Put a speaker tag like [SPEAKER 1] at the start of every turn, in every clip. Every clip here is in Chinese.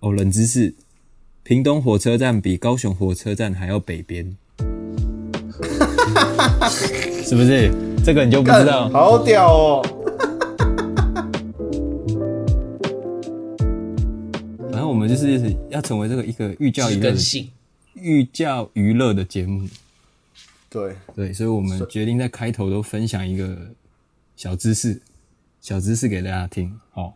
[SPEAKER 1] 哦，冷知识，屏东火车站比高雄火车站还要北 边，是不是？这个你就不知道。
[SPEAKER 2] 好屌哦！
[SPEAKER 1] 反正我们就是要成为这个一个寓教于
[SPEAKER 3] 知
[SPEAKER 1] 乐
[SPEAKER 3] 更
[SPEAKER 1] 的
[SPEAKER 3] 性，
[SPEAKER 1] 寓教于乐的节目。
[SPEAKER 2] 对，
[SPEAKER 1] 对，所以我们决定在开头都分享一个小知识，小知识给大家听。好，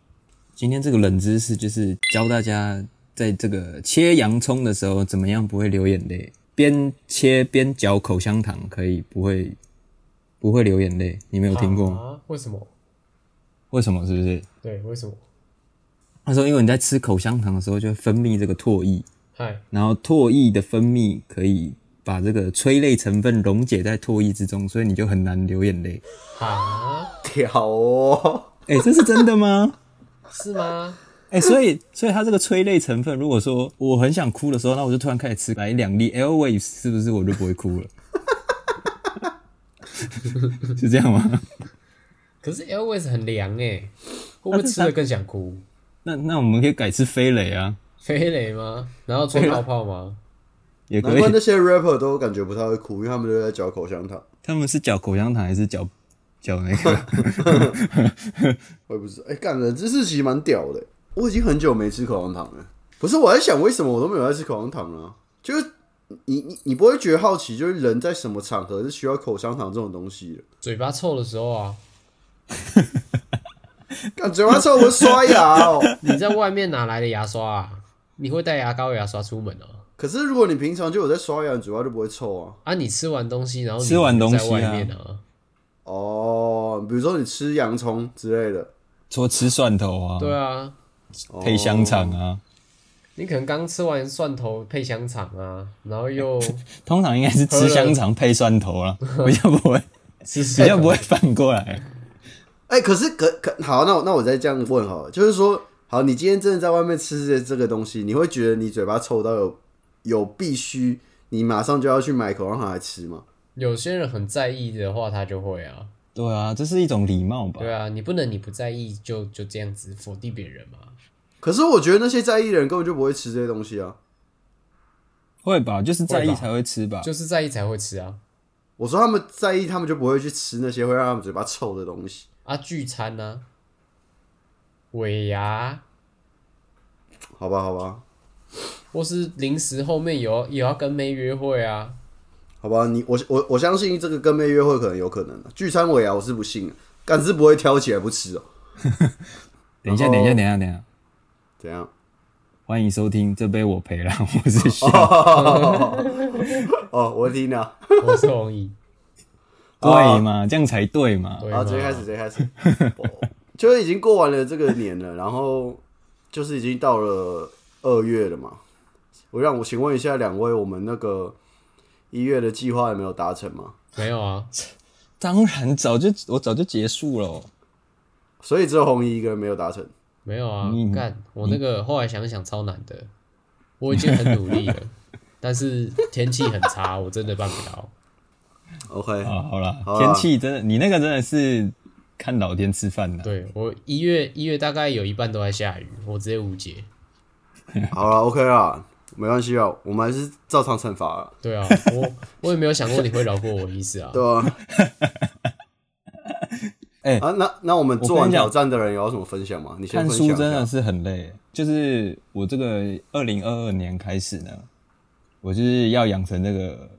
[SPEAKER 1] 今天这个冷知识就是教大家在这个切洋葱的时候怎么样不会流眼泪，边切边嚼口香糖可以不会不会流眼泪。你没有听过吗？
[SPEAKER 3] 啊？为什么？
[SPEAKER 1] 为什么？是不是？
[SPEAKER 3] 对，为什么？
[SPEAKER 1] 他说，因为你在吃口香糖的时候就会分泌这个唾液，
[SPEAKER 3] 嗨，
[SPEAKER 1] 然后唾液的分泌可以把这个催泪成分溶解在唾液之中，所以你就很难流眼泪。
[SPEAKER 3] 啊，
[SPEAKER 2] 屌 哦！
[SPEAKER 1] 哎、这是真的吗？
[SPEAKER 3] 是吗？
[SPEAKER 1] 哎、所以所以它这个催泪成分，如果说我很想哭的时候，那我就突然开始吃来两粒 L waves，是不是我就不会哭了？ 是这样吗？
[SPEAKER 3] 可是 Airways 很凉哎、会不会吃
[SPEAKER 1] 它
[SPEAKER 3] 的更想哭？
[SPEAKER 1] 那那我们可以改吃飞雷啊，
[SPEAKER 3] 飞雷吗？然后吹泡泡吗？
[SPEAKER 1] 也
[SPEAKER 2] 难
[SPEAKER 1] 可以
[SPEAKER 2] 怪。那些 rapper 都感觉不太会哭，因为他们都在嚼口香糖。
[SPEAKER 1] 他们是嚼口香糖还是嚼嚼那个？
[SPEAKER 2] 我也不知道，哎、干了，这事其实蛮屌的。我已经很久没吃口香糖了。不是，我在想为什么我都没有在吃口香糖了、就是你你你不会觉得好奇，就是人在什么场合是需要口香糖这种东西的？
[SPEAKER 3] 嘴巴臭的时候啊，
[SPEAKER 2] 干嘴巴臭，我会刷牙哦。
[SPEAKER 3] 你在外面哪来的牙刷啊？你会带牙膏、牙刷出门哦、
[SPEAKER 2] 可是如果你平常就有在刷牙，你嘴巴就不会臭啊。
[SPEAKER 3] 啊，你吃完东西，然后你
[SPEAKER 1] 吃完东西啊
[SPEAKER 3] 在外面啊，
[SPEAKER 2] 哦，比如说你吃洋葱之类的，
[SPEAKER 1] 说吃蒜头啊，
[SPEAKER 3] 对啊，
[SPEAKER 2] 哦
[SPEAKER 1] 配香肠啊，
[SPEAKER 3] 你可能刚吃完蒜头配香肠啊，然后 又
[SPEAKER 1] 通常应该是
[SPEAKER 3] 喝
[SPEAKER 1] 吃
[SPEAKER 3] 了
[SPEAKER 1] 香肠配蒜头 啊，比较不会
[SPEAKER 3] 吃
[SPEAKER 1] 比较
[SPEAKER 3] 蒜
[SPEAKER 1] 不
[SPEAKER 3] 头
[SPEAKER 1] 会反过来。
[SPEAKER 2] 哎、可是可可好，那我那我再这样问好了，就是说，好，你今天真的在外面吃这这个东西，你会觉得你嘴巴臭到有有必须你马上就要去买口香糖来吃吗？
[SPEAKER 3] 有些人很在意的话，他就会啊，
[SPEAKER 1] 对啊，这是一种礼貌吧？
[SPEAKER 3] 对啊，你不能你不在意就就这样子否定别人嘛。
[SPEAKER 1] 啊
[SPEAKER 2] 可是我觉得那些在意的人根本就不会吃这些东西啊。
[SPEAKER 1] 会吧？就是在意
[SPEAKER 3] 会吧
[SPEAKER 1] 才会吃吧？
[SPEAKER 3] 就是在意才会吃啊。
[SPEAKER 2] 我说他们在意，他们就不会去吃那些会让他们嘴巴臭的东西。
[SPEAKER 3] 啊，聚餐呢、尾牙
[SPEAKER 2] 好吧，好吧，
[SPEAKER 3] 或是零食后面有也要跟妹约会啊，
[SPEAKER 2] 好吧，你我我我相信这个跟妹约会可能有可能、啊、聚餐尾牙我是不信的，但是不会挑起来不吃哦、
[SPEAKER 1] 等一下，
[SPEAKER 2] 然后
[SPEAKER 1] 等一
[SPEAKER 3] 哦
[SPEAKER 1] 下，等一下，等一下。
[SPEAKER 2] 怎样？
[SPEAKER 1] 欢迎收听，这杯我赔了，我是小。
[SPEAKER 2] 哦，我的天哪！
[SPEAKER 3] 我是红姨，
[SPEAKER 1] 对嘛，
[SPEAKER 2] 哦
[SPEAKER 1] 这样才对嘛。
[SPEAKER 3] 对
[SPEAKER 2] 啊，
[SPEAKER 3] 吗？
[SPEAKER 2] 直接开始，直接开始， 哦就是已经过完了这个年了，然后就是已经到了二月了嘛。我让我请问一下两位，我们那个一月的计划有没有达成吗？
[SPEAKER 3] 没有啊，
[SPEAKER 1] 当然，早就我早就结束了哦。
[SPEAKER 2] 所以只有红衣一个人没有达成。
[SPEAKER 3] 没有啊
[SPEAKER 1] 你，
[SPEAKER 3] 干、我那个后来想想超难的，我已经很努力了， 但是天气很差，我真的办不到。
[SPEAKER 2] OK，
[SPEAKER 1] 啊，好啦，
[SPEAKER 2] 好啦
[SPEAKER 1] 天气真的，你那个真的是看老天吃饭的。
[SPEAKER 3] 对我一月一月大概有一半都在下雨，我直接无解。
[SPEAKER 2] 好了，OK 啦，没关系啊，我们还是照常惩罚啊，
[SPEAKER 3] 对啊，我我也没有想过你会饶过我的意思啊。
[SPEAKER 2] 对吧、啊？
[SPEAKER 1] 哎
[SPEAKER 2] 啊，那那我们做
[SPEAKER 1] 我跟
[SPEAKER 2] 完
[SPEAKER 1] 你讲
[SPEAKER 2] 挑战的人有要什么分享吗？你先
[SPEAKER 1] 看
[SPEAKER 2] 分享一
[SPEAKER 1] 书
[SPEAKER 2] 下。
[SPEAKER 1] 真的是很累，就是我这个二零二二年开始呢，我就是要养成这个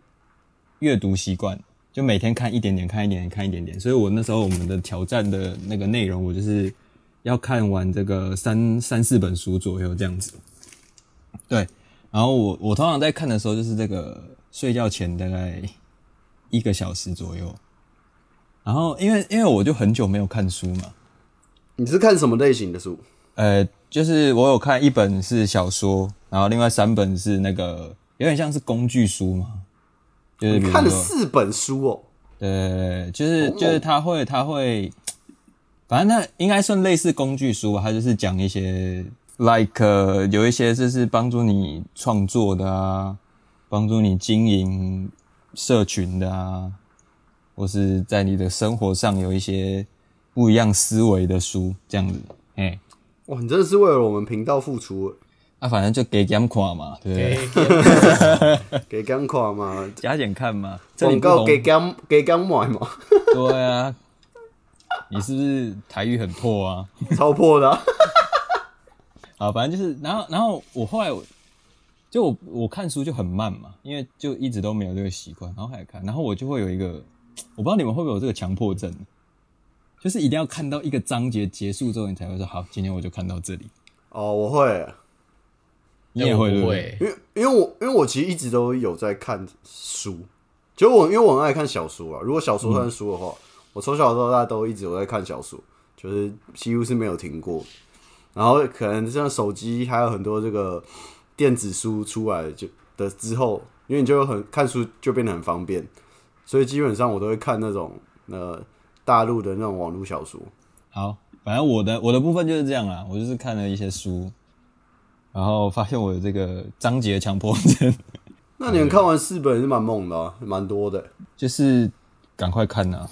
[SPEAKER 1] 阅读习惯，就每天看一点点，看一点点，看一点点。所以我那时候我们的挑战的那个内容，我就是要看完这个三三四本书左右这样子。对，然后我我通常在看的时候，就是这个睡觉前大概一个小时左右。然后因为因为我就很久没有看书嘛，
[SPEAKER 2] 你是看什么类型的书？
[SPEAKER 1] 呃，就是我有看一本是小说，然后另外三本是那个有点像是工具书嘛，就是比如
[SPEAKER 2] 看了
[SPEAKER 1] 说，
[SPEAKER 2] 四本书哦、
[SPEAKER 1] 呃，就是
[SPEAKER 2] 哦
[SPEAKER 1] 就是他会他会，反正那应该算类似工具书吧，他就是讲一些 like、呃有一些就是帮助你创作的啊，帮助你经营社群的啊，或是在你的生活上有一些不一样思维的书这样子，哎、
[SPEAKER 2] 哇，你真的是为了我们频道付出。
[SPEAKER 1] 啊，反正就给 g a 看嘛，对不对？
[SPEAKER 3] 给给
[SPEAKER 2] 欸给刚看嘛，
[SPEAKER 1] 加减看嘛， 这里
[SPEAKER 2] 广
[SPEAKER 1] 不
[SPEAKER 2] 告
[SPEAKER 1] 红
[SPEAKER 2] 给刚给刚买嘛，
[SPEAKER 1] 对啊，你是不是台语很破啊？
[SPEAKER 2] 超破的啊、
[SPEAKER 1] 啊，反正就是，然后然后我后来我就我我看书就很慢嘛，因为就一直都没有这个习惯，然后还看，然后我就会有一个，我不知道你们会不会有这个强迫症，就是一定要看到一个章节结束之后，你才会说好，今天我就看到这里。
[SPEAKER 2] 哦，我会，
[SPEAKER 1] 你也会对
[SPEAKER 3] 哎
[SPEAKER 1] 不
[SPEAKER 3] 不
[SPEAKER 2] 因
[SPEAKER 3] 会？
[SPEAKER 2] 为因为我因为我其实一直都有在看书，就我因为我很爱看小说啊。如果小说算书的话，我从小到大都一直有在看小说，就是几乎是没有停过。然后可能像手机还有很多这个电子书出来就的之后，因为你就很看书就变得很方便，所以基本上我都会看那种呃大陆的那种网络小说。
[SPEAKER 1] 好，反正我的我的部分就是这样啦，我就是看了一些书，然后发现我有这个章节强迫症，
[SPEAKER 2] 那你们看完四本也是蛮猛的、啊，蛮多的、
[SPEAKER 1] 就是赶快看呐、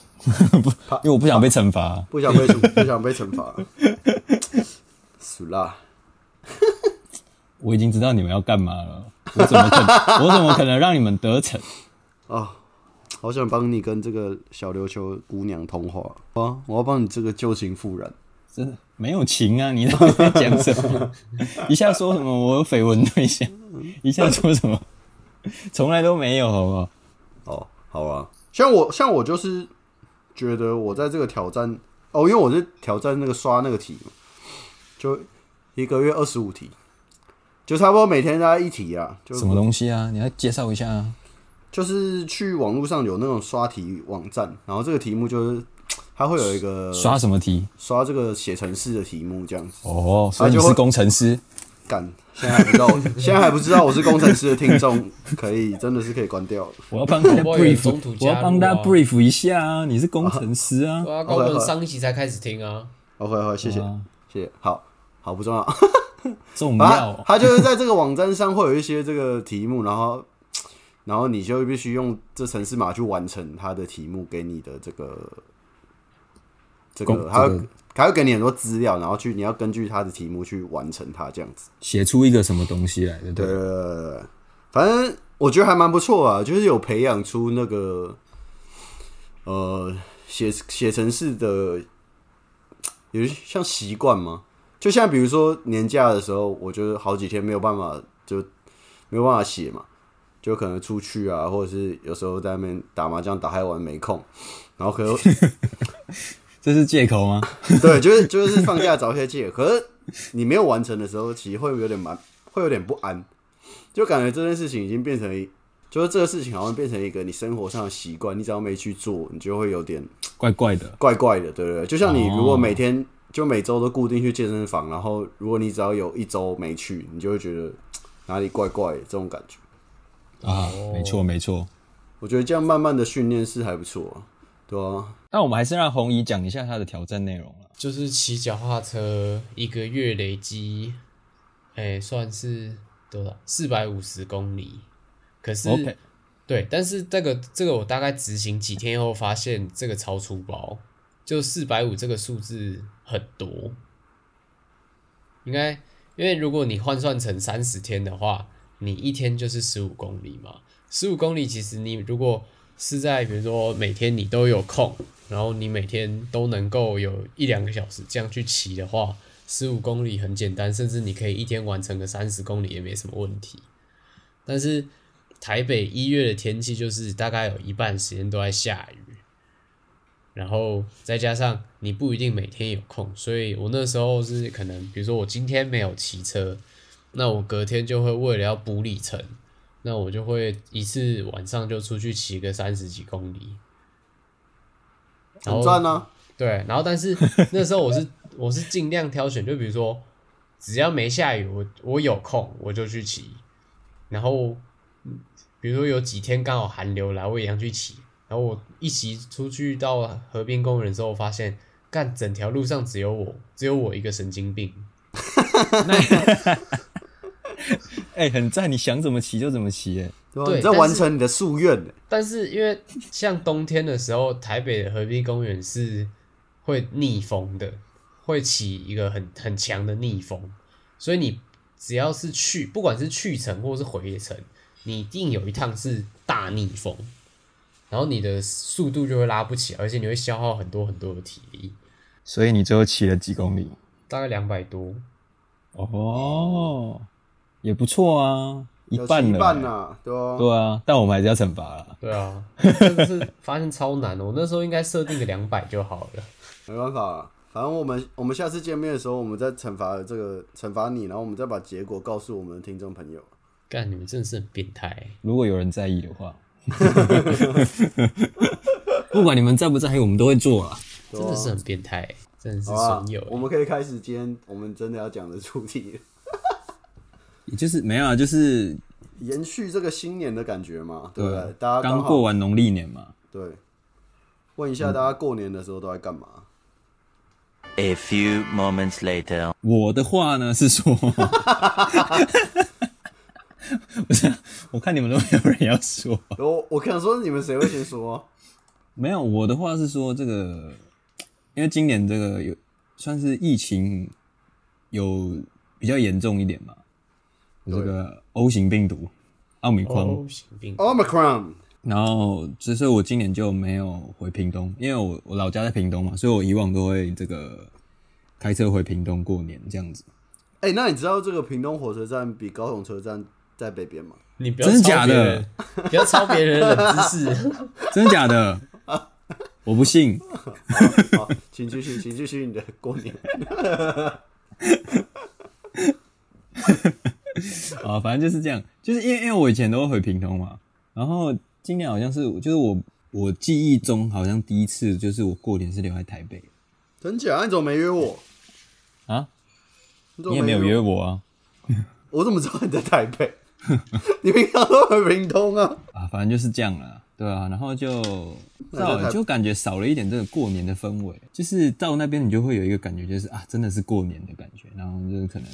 [SPEAKER 1] 不， 因为我不想被惩罚、
[SPEAKER 2] 不想被处不想被惩罚， 死啦！
[SPEAKER 1] 我已经知道你们要干嘛了，我怎么可 能我怎么可能让你们得逞？
[SPEAKER 2] 哦好想帮你跟这个小琉球姑娘通话啊！我要帮你这个旧情复燃。
[SPEAKER 1] 真的没有情啊！你到底在讲什么？ 一下说什么我有绯闻对象，一下说什么从来都没有，好不好？
[SPEAKER 2] 哦，好啊。像我，像我就是觉得我在这个挑战哦，因为我是挑战那个刷那个题嘛，就一个月二十五题，就差不多每天大概一题啊。就
[SPEAKER 1] 什么东西啊？你要介绍一下啊！
[SPEAKER 2] 就是去网络上有那种刷题网站，然后这个题目就是它会有一个
[SPEAKER 1] 刷什么题？
[SPEAKER 2] 刷这个写程式的题目这样子。
[SPEAKER 1] 哦，所以你
[SPEAKER 2] 就会
[SPEAKER 1] 是工程师，
[SPEAKER 2] 干，现在还不知道， 现在还不知道我是工程师的听众，可以真的是可以关掉了。
[SPEAKER 1] 我要帮大家
[SPEAKER 3] 不好意思
[SPEAKER 1] brief，
[SPEAKER 3] 中途
[SPEAKER 1] 我
[SPEAKER 3] 加入啊
[SPEAKER 1] 要帮大家 brief 一下啊！你是工程师啊
[SPEAKER 3] 对，啊，高文上一集才开始听啊，
[SPEAKER 2] OK，好，谢谢，
[SPEAKER 1] 啊
[SPEAKER 2] 谢谢，好好不重要。
[SPEAKER 1] 重
[SPEAKER 2] 反
[SPEAKER 1] 要
[SPEAKER 2] 正
[SPEAKER 1] 哦。
[SPEAKER 2] 他就是在这个网站上会有一些这个题目，然后然后你就必须用这城市码去完成它的题目给你的这个这
[SPEAKER 1] 公
[SPEAKER 2] 个，他
[SPEAKER 1] 这
[SPEAKER 2] 会
[SPEAKER 1] 个
[SPEAKER 2] 他会给你很多资料，然后去你要根据他的题目去完成它这样子。
[SPEAKER 1] 写出一个什么东西来，对不对？
[SPEAKER 2] 呃，反正我觉得还蛮不错啊，就是有培养出那个呃写写程式的，有一像习惯吗？就像比如说年假的时候，我就是好几天没有办法，就没有办法写嘛，就可能出去啊，或者是有时候在那边打麻将打太晚没空，然后可能
[SPEAKER 1] 这是借口吗？
[SPEAKER 2] 对，就是就是放假找一些借口。可是你没有完成的时候，其实会有点蛮，会有点不安，就感觉这件事情已经变成一，就是这个事情好像变成一个你生活上的习惯。你只要没去做，你就会有点
[SPEAKER 1] 怪怪的。
[SPEAKER 2] 怪怪的，对不对？就像你
[SPEAKER 1] 哦
[SPEAKER 2] 如果每天、就每周都固定去健身房，然后如果你只要有一周没去，你就会觉得嘖哪里怪怪的这种感觉。
[SPEAKER 1] 啊，没错没错。
[SPEAKER 2] 我觉得这样慢慢的训练是还不错、啊，对啊，
[SPEAKER 1] 但我们还是让红姨讲一下她的挑战内容啊了。
[SPEAKER 3] 就是骑脚踏车一个月累积，哎、算是多少？四百五十公里。可是
[SPEAKER 1] OK，
[SPEAKER 3] 对，但是这个这个我大概执行几天后，发现这个超出包，就四百五这个数字很多。应该，因为如果你换算成三十天的话，你一天就是十五公里嘛。十五公里其实你如果是在比如说每天你都有空，然后你每天都能够有一两个小时这样去骑的话，十五公里很简单，甚至你可以一天完成个三十公里也没什么问题。但是台北一月的天气就是大概有一半时间都在下雨，然后再加上你不一定每天有空，所以我那时候是可能，比如说我今天没有骑车，那我隔天就会为了要补里程，那我就会一次晚上就出去骑个三十几公里，
[SPEAKER 1] 哦
[SPEAKER 2] 很
[SPEAKER 3] 然后
[SPEAKER 2] 赞啊！
[SPEAKER 3] 对，然后但是那时候我是我是尽量挑选，就比如说只要没下雨，我我有空我就去骑，然后嗯比如说有几天刚好寒流来，我也想去骑，然后我一骑出去到河滨公园的时候，我发现干整条路上只有我只有我一个神经病，
[SPEAKER 1] 哎、很赞，你想怎么骑就怎么骑，哎，
[SPEAKER 2] 对啊，
[SPEAKER 3] 对
[SPEAKER 2] 你在
[SPEAKER 3] 但是
[SPEAKER 2] 完成你的夙愿呢。
[SPEAKER 3] 但是因为像冬天的时候，台北的河滨公园是会逆风的，会起一个很很强的逆风，所以你只要是去，不管是去程或是回程，你一定有一趟是大逆风，然后你的速度就会拉不起来，而且你会消耗很多很多的体力，
[SPEAKER 1] 所以你最后骑了几公里？
[SPEAKER 3] 大概两百多。
[SPEAKER 1] 哦，也不错啊，一
[SPEAKER 2] 有
[SPEAKER 1] 半
[SPEAKER 2] 一
[SPEAKER 1] 了、
[SPEAKER 2] 半呐，对啊，
[SPEAKER 1] 对啊，但我们还是要惩罚啦。
[SPEAKER 3] 对啊，真的是发现超难的。哦我那时候应该设定个两百就好了。
[SPEAKER 2] 没办法啦，反正我们我们下次见面的时候，我们再惩罚这个惩罚你，然后我们再把结果告诉我们的听众朋友。
[SPEAKER 3] 干，你们真的是很变态。
[SPEAKER 1] 如果有人在意的话， 不管你们在不在意，我们都会做啊。
[SPEAKER 2] 对
[SPEAKER 3] 真
[SPEAKER 2] 啊
[SPEAKER 3] 的是很变态，真的是
[SPEAKER 2] 好啊
[SPEAKER 3] 损友，。
[SPEAKER 2] 我们可以开始今天我们真的要讲的主题 了，
[SPEAKER 1] 也就是没有啊，就是呃
[SPEAKER 2] 延续这个新年的感觉嘛，对不对？大家
[SPEAKER 1] 刚
[SPEAKER 2] 好
[SPEAKER 1] 过完农历年嘛，
[SPEAKER 2] 对，问一下大家过年的时候都在干嘛？
[SPEAKER 4] A few moments later.
[SPEAKER 1] 我的话呢是 说，不是啊，我看你们都没有人要说。
[SPEAKER 2] 然后我想说，你们谁会先说啊、
[SPEAKER 1] 没有，我的话是说这个，因为今年这个有算是疫情有比较严重一点嘛，有这个 O 型病毒奥米克，
[SPEAKER 3] 哦，行病
[SPEAKER 2] Omicron，
[SPEAKER 1] 然后所以所以我今年就没有回屏东，因为我我老家在屏东嘛，所以我以往都会这个开车回屏东过年这样子。
[SPEAKER 2] 哎、那你知道这个屏东火车站比高雄车站在北边吗？
[SPEAKER 3] 你不要
[SPEAKER 1] 真的
[SPEAKER 3] 抄
[SPEAKER 1] 假
[SPEAKER 3] 别
[SPEAKER 1] 的
[SPEAKER 3] 人，不要抄别人的冷 知识。
[SPEAKER 1] 真的假的？ 我不信。
[SPEAKER 2] 好，请继续，请继续你的过年。
[SPEAKER 1] 啊，反正就是这样，就是因为因为我以前都会回屏东嘛，然后今年好像是就是我我记忆中好像第一次就是我过年是留在台北
[SPEAKER 2] 真假？你怎么没约我？
[SPEAKER 1] 啊，
[SPEAKER 2] 你怎
[SPEAKER 1] 你
[SPEAKER 2] 么
[SPEAKER 1] 也没有
[SPEAKER 2] 约
[SPEAKER 1] 约
[SPEAKER 2] 我？
[SPEAKER 1] 我啊
[SPEAKER 2] 我怎么知道你在台北？ 你平常都很屏东啊？
[SPEAKER 1] 啊，反正就是这样啦，对啊，然后就
[SPEAKER 2] 那在台
[SPEAKER 1] 到就感觉少了一点这个过年的氛围，就是到那边你就会有一个感觉，就是啊，真的是过年的感觉，然后就是可能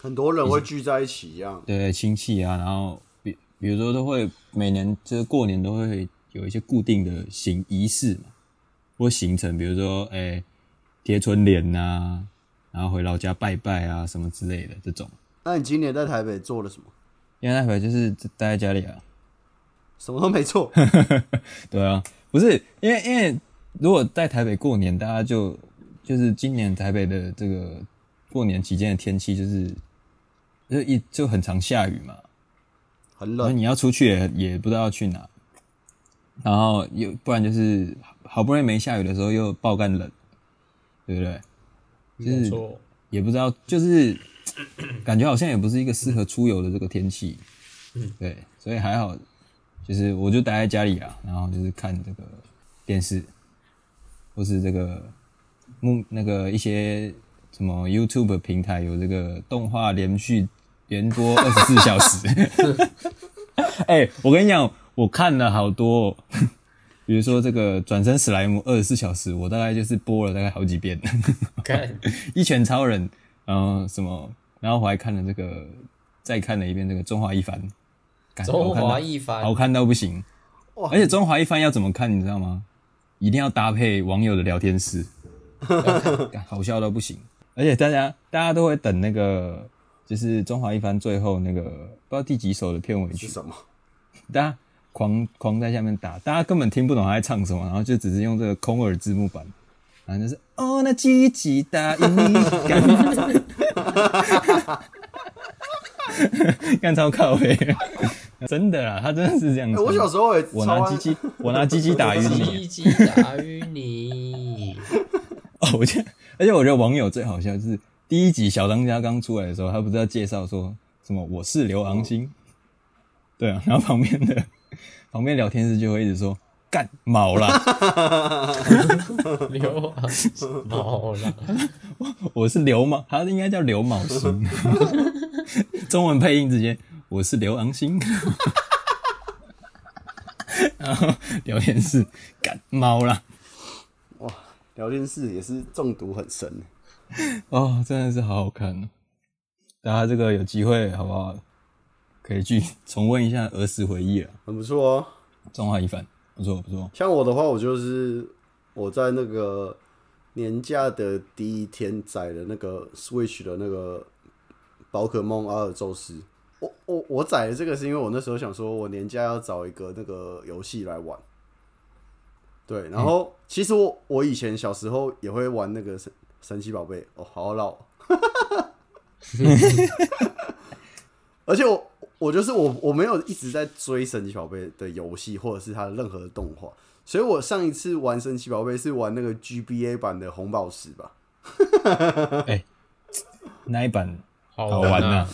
[SPEAKER 2] 很多人会聚在一起一样。
[SPEAKER 1] 对亲戚啊，然后比比如说都会每年就是过年都会有一些固定的行仪式嘛，或行程，比如说哎贴春联呐、然后回老家拜拜啊什么之类的这种。
[SPEAKER 2] 那你今年在台北做了什么？
[SPEAKER 1] 因为那会就是待在家里啊，
[SPEAKER 2] 什么都没 做。
[SPEAKER 1] 对啊，不是因为因为如果在台北过年，大家就就是今年台北的这个过年期间的天气就是就一就很常下雨嘛，
[SPEAKER 2] 很
[SPEAKER 1] 那
[SPEAKER 2] 冷，
[SPEAKER 1] 你要出去也也不知道要去哪，然后又不然就是好好不容易没下雨的时候又爆干冷，对不对？
[SPEAKER 3] 没错，
[SPEAKER 1] 也不知道，就是 感觉好像也不是一个适合出游的这个天气，嗯，对，所以还好，就是我就待在家里啊，然后就是看这个电视，或是这个目那个一些什么 YouTube 平台有这个动画连续连播二十四小时，哎、我跟你讲，我看了好多 哦、比如说这个《转身史莱姆》二十四小时，我大概就是播了大概好几遍。
[SPEAKER 3] 看
[SPEAKER 1] 一拳超人，然后什么，然后我还看了这个，再看了一遍这个《中华一番》干，
[SPEAKER 3] 中华一
[SPEAKER 1] 好看
[SPEAKER 3] 番
[SPEAKER 1] 到好看到不行，
[SPEAKER 2] 哇
[SPEAKER 1] 而且《中华一番》要怎么看，你知道吗？一定要搭配网友的聊天 室，干好笑到不行，而且大家大家都会等那个，就是《中华一番》最后那个不知道第几首的片尾曲
[SPEAKER 2] 是，什么？
[SPEAKER 1] 大家狂狂在下面打，大家根本听不懂他在唱什么，然后就只是用这个空耳字幕版， 然后就是哦那叽叽答应你， 干，干超靠背， 真的啦，他真的是这样
[SPEAKER 2] 哎、
[SPEAKER 1] 子。
[SPEAKER 2] 我小时候也
[SPEAKER 1] 我
[SPEAKER 2] 超
[SPEAKER 1] 拿
[SPEAKER 2] 爱
[SPEAKER 1] 鸡鸡，我拿鸡鸡打晕你
[SPEAKER 3] 鸡鸡打晕你，
[SPEAKER 1] 哦！我觉得，而且我觉得网友最好笑就是第一集小当家刚出来的时候，他不是要介绍说什么我是刘昂星，对啊，然后旁边的旁边聊天室就会一直说干毛啦。
[SPEAKER 3] 流啊，毛了，
[SPEAKER 1] 我是刘毛，他应该叫刘卯星，中文配音直接我是刘昂星， 然后聊天室感冒啦，
[SPEAKER 2] 哇，聊天室也是中毒很深。
[SPEAKER 1] 哦，真的是好好看哦！大家这个有机会好不好？可以去重温一下儿时回忆了，
[SPEAKER 2] 很不错哦。
[SPEAKER 1] 中华一番，不错不错，
[SPEAKER 2] 像我的话，我就是我在那个年假的第一天载了那个 Switch 的那个宝可梦阿尔宙斯。我我我载的这个是因为我那时候想说，我年假要找一个那个游戏来玩。对，然后、其实我我以前小时候也会玩那个神神奇宝贝，哦，好好老哦。 而且我我就是我我没有一直在追神奇宝贝的游戏或者是它的任何的动画，所以我上一次玩神奇宝贝是玩那个 GBA 版的红宝石吧。
[SPEAKER 1] 那一版
[SPEAKER 3] 好啊
[SPEAKER 1] 好玩啊
[SPEAKER 3] 呐、
[SPEAKER 1] 呐、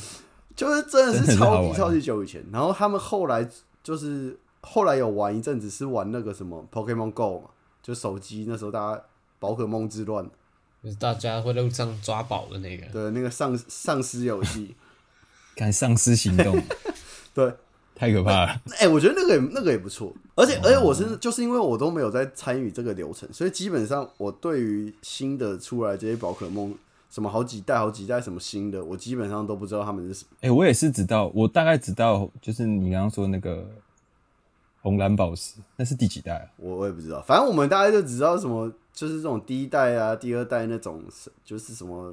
[SPEAKER 2] 就是真的
[SPEAKER 1] 真的
[SPEAKER 2] 是
[SPEAKER 1] 是好
[SPEAKER 2] 超级
[SPEAKER 1] 玩
[SPEAKER 2] 超级久以前。然后他们后来就是后来有玩一阵子，是玩那个什么 Pokemon Go 嘛，就手机那时候大家宝可梦之乱
[SPEAKER 3] 就是大家会路上抓宝的那个。
[SPEAKER 2] 的那个丧丧尸游戏。
[SPEAKER 1] 看丧尸行 动，
[SPEAKER 2] 对，
[SPEAKER 1] 太可怕了。
[SPEAKER 2] 哎、我觉得那个也那个也不错，而且而且我是就是因为我都没有在参与这个流程，所以基本上我对于新的出来这些宝可梦，什么好几代好几代什么新的，我基本上都不知道他们是什么。
[SPEAKER 1] 哎、我也是知道，我大概知道，就是你刚刚说那个红蓝宝石，那是第几代啊？
[SPEAKER 2] 我我也不知道，反正我们大概就只知道什么，就是这种第一代啊、第二代那种，就是什么，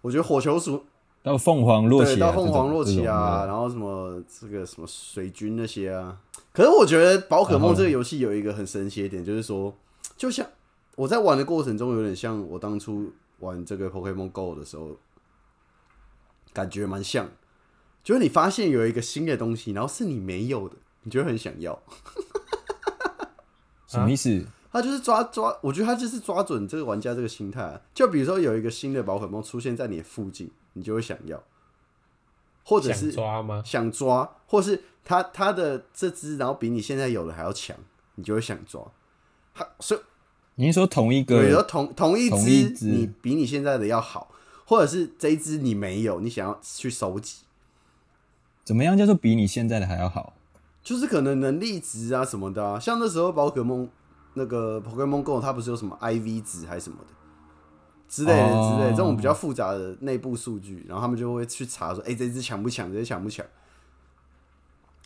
[SPEAKER 2] 我觉得火球鼠
[SPEAKER 1] 到凤凰洛奇、
[SPEAKER 2] 对，
[SPEAKER 1] 啊，
[SPEAKER 2] 到凤凰洛奇啊，然后什么这个什么水军那些啊。可是我觉得宝可
[SPEAKER 1] 然后
[SPEAKER 2] 梦
[SPEAKER 1] 呢
[SPEAKER 2] 这个游戏有一个很神奇的点，就是说，就像我在玩的过程中，有点像我当初玩这个 Pokemon Go 的时候，感觉蛮像，就是你发现有一个新的东西，然后是你没有的，你就会很想要。
[SPEAKER 1] 什么意思？
[SPEAKER 2] 他就是抓抓，我觉得他就是抓准这个玩家这个心态啊、就比如说有一个新的宝可梦出现在你的附近，你就会想要，或者
[SPEAKER 3] 想
[SPEAKER 2] 是
[SPEAKER 3] 抓吗？
[SPEAKER 2] 想抓，或是他他的这只然后比你现在有的还要强，你就会想抓。他所以
[SPEAKER 1] 你是说同一
[SPEAKER 2] 比如说
[SPEAKER 1] 个？
[SPEAKER 2] 同同一
[SPEAKER 1] 同一
[SPEAKER 2] 只
[SPEAKER 1] 只
[SPEAKER 2] 你比你现在的要好，或者是这一只你没有，你想要去收集，
[SPEAKER 1] 怎么样叫做比你现在的还要好？
[SPEAKER 2] 就是可能能力值啊什么的啊，像那时候宝可梦那个 Pokemon Go 它不是有什么 IV 值还是什么的之类的
[SPEAKER 1] 哦
[SPEAKER 2] 之类的这种比较复杂的内部数据，然后他们就会去查说，哎、这只强不强，这只强不强。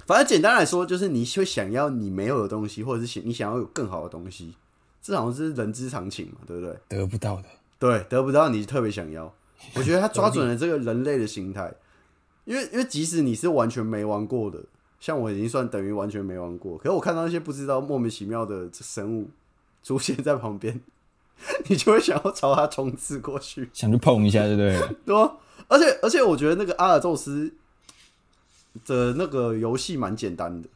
[SPEAKER 2] 反正简单来说，就是你会想要你没有的东西，或者是想你想要有更好的东西，这好像是人之常情嘛，对不对？
[SPEAKER 1] 得不到的。
[SPEAKER 2] 对，得不到你特别想要。我觉得他抓准了这个人类的心态，因为因为即使你是完全没玩过的，像我已经算等于完全没玩过，可是我看到那些不知道莫名其妙的生物出现在旁边， 你就会想要朝他冲刺过去。
[SPEAKER 1] 想去碰一下，对不 对？
[SPEAKER 2] 对啊，而且而且我觉得那个阿尔宙斯的那个游戏蛮简单的，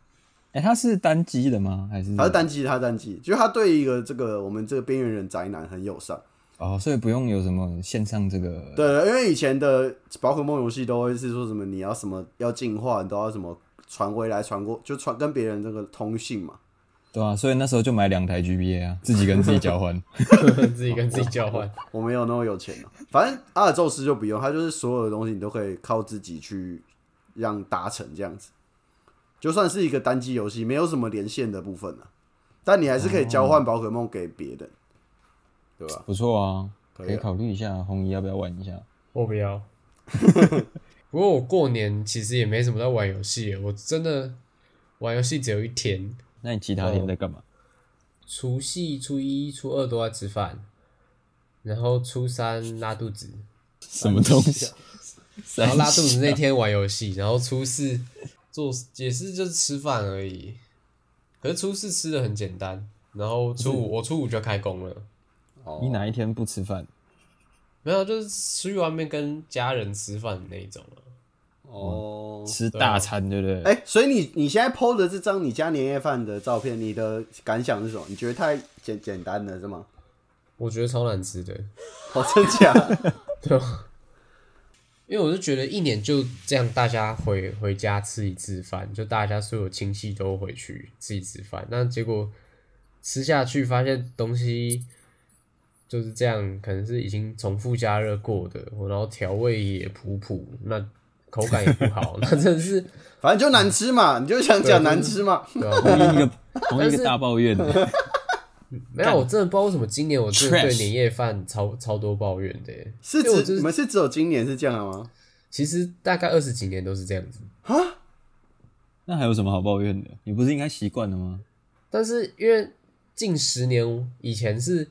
[SPEAKER 1] 哎、它是单机的吗？还是
[SPEAKER 2] 他是单机，他是单机，就是他对一个这个我们这个边缘人宅男很友善。
[SPEAKER 1] 哦，所以不用有什么线上这个。
[SPEAKER 2] 对，因啊为以前的宝可梦游戏都会是说什么你要什么要进化，你都要什么传回来传过，就传跟别人这个通信嘛。
[SPEAKER 1] 对啊，所以那时候就买两台 GBA 啊， 自己跟自己交换。
[SPEAKER 3] 自己跟自己交换。
[SPEAKER 2] 我没有那么有钱啊，反正阿尔宙斯就不用，他就是所有的东西你都可以靠自己去让达成这样子，就算是一个单机游戏，没有什么连线的部分啊，但你还是可以交
[SPEAKER 1] 哦
[SPEAKER 2] 换宝可梦给别人，对吧？
[SPEAKER 1] 不错啊，
[SPEAKER 2] 可以啊
[SPEAKER 1] 可以考虑一下，红姨要不要玩一下？
[SPEAKER 3] 我不要。不过我过年其实也没什么在玩游戏耶，我真的玩游戏只有一天，
[SPEAKER 1] 那你其他天在干嘛？
[SPEAKER 3] 除夕、初一、初二都在吃饭，然后初三拉肚子，
[SPEAKER 1] 什么东西？
[SPEAKER 3] 然 后拉肚子那啊天玩游戏，然后初四做也是就是吃饭而已。可是初四吃的很简单，然后初五我初五就开工了，
[SPEAKER 1] 你哪一天不吃饭？
[SPEAKER 3] 没有啊就是去外面跟家人吃饭的那一种啊
[SPEAKER 2] 哦，
[SPEAKER 1] 吃大餐，对不对？
[SPEAKER 2] 哎、所以你你现在 PO 的这张你家年夜饭的照片，你的感想是什么？你觉得太简简单了是吗？
[SPEAKER 3] 我觉得超难吃的。
[SPEAKER 2] 哦，真假？
[SPEAKER 3] 对啊，因为我是觉得一年就这样，大家回回家吃一次饭，就大家所有亲戚都回去吃一次饭，那结果吃下去发现东西就是这样，可能是已经重复加热过的，然后调味也普普，那口感也不好，那真的是
[SPEAKER 2] 反正就难吃嘛，你就想讲难 吃嘛。
[SPEAKER 3] 对
[SPEAKER 1] 同
[SPEAKER 3] 啊，
[SPEAKER 1] 一个同一个大抱怨，
[SPEAKER 3] 没有，我真的不知道为什么今年我真的对
[SPEAKER 1] Trash
[SPEAKER 3] 年夜饭超超多抱怨的耶，
[SPEAKER 2] 是
[SPEAKER 3] 因为我
[SPEAKER 2] 指
[SPEAKER 3] 就
[SPEAKER 2] 你
[SPEAKER 3] 是
[SPEAKER 2] 们是只有今年是这样吗？
[SPEAKER 3] 其实大概二十几年都是这样子。
[SPEAKER 1] 那还有什么好抱怨的？你不是应该习惯了吗？
[SPEAKER 3] 但是因为近十年以前是，